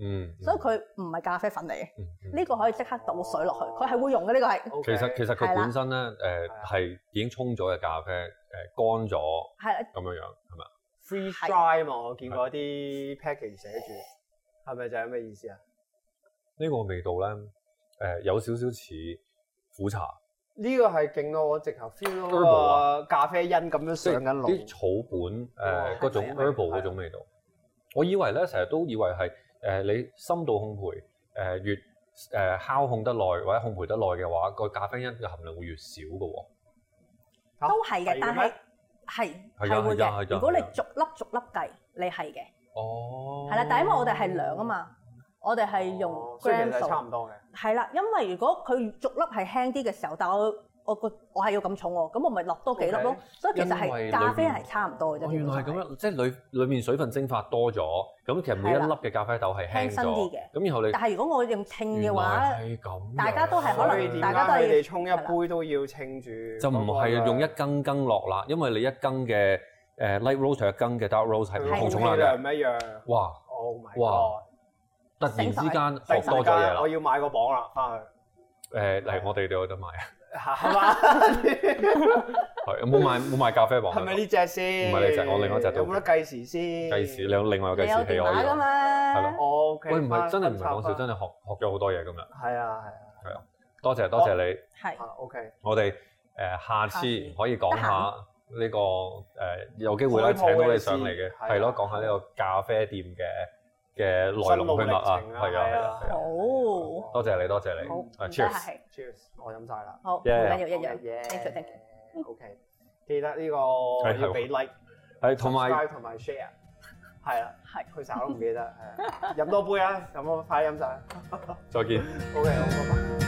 嗯，
所以佢唔係咖啡粉嚟嘅，
嗯嗯
呢個可以即刻倒水落去，佢係會溶嘅呢個係。
其實其實佢
係啊啦
本身咧誒係已經沖咗嘅咖啡誒乾咗
係啦，
咁樣樣係咪啊？
free
係
dry 嘛，我見過啲 package 寫住，係咪就係咩意思啊？
呢個味道咧誒有少少似苦茶，
呢個係勁到我直頭 feel 到
Herbal 啊
個咖啡因咁樣
即
上
係
緊
啲
腦。
草本誒
哦
嗰種
係啊
herbal
係啊
嗰種味道。我以為咧成日都以為係誒你深度烘焙誒越誒烤烘得耐或者烘焙得耐嘅話，個咖啡因嘅含量會越少嘅喎。
嚇
都係嘅，
係嘅
但係
咩
係
係啊
係會
係啊係啊
嘅。如果你
係啊
逐粒逐粒計，你係嘅，
哦
係啦。但係因為我哋係量啊嘛，我哋係用
哦所以其
gram
實係差
數，
唔多嘅。
係啦。因為如果佢逐粒係輕啲嘅時候，但我我個我係要咁重喎，咁我咪落多幾粒咯
OK。
所以其實
因為
係
裏
咖啡
面
係差唔多嘅啫。
哦，原來係
基
咁
本上
樣，即係裏裏面水分蒸發多咗，咁其實每一
係啦
粒嘅咖啡豆係輕
輕身
咗
啲嘅，
咁然後你
但係如果我用稱嘅話
原來係咁樣，
大家都係可能
所以點啊
大家都
解
係
你哋沖一杯都要稱住？
就唔係用一羹羹落啦，因為你一羹嘅誒 light roast 同一羹嘅 dark roast 係
係
好重
量
量
量
嘅，
唔一樣。
哇！
Oh my
哇
god！
突然之間
突然
學
之
多咗嘢
間
啦
我，要買個磅啦，翻去
誒嚟我哋都有得買，
係 嘛？
係冇 買冇買咖啡啊磅
係咪呢只先？
唔係呢隻我另外一隻都
有冇得計時先？
計時，你有另外有計
你有
時器
電話
可以
㗎
用。係
嘛
咯？
O K。
喂，唔係真係唔係講笑，
係
真係學學咗好多嘢咁樣。
係啊係啊
多謝多謝你，
係
啊。O K。
我哋誒下次
下次
可以講下呢個誒有機會咧
開鋪
請
嘅
到你上嚟
事
嘅，
係啊
係咯，講下呢個咖啡店嘅嘅來龍去脈啊，
心路歷程啊
係啊係啊，係
係
啊
啊
好
多謝你多謝你
好，
啊
唔該
，Cheers。
係
Cheers！我飲晒啦。
好，唔
Yeah
緊要一樣。Thank you，thank
you。O K。記得呢個
係
要俾 like。
係同埋
subscribe 同埋 share，係啦，
係
佢啊成日都唔記得，係啊飲多杯啦，咁我快啲飲晒
再見。
，OK，好，拜拜。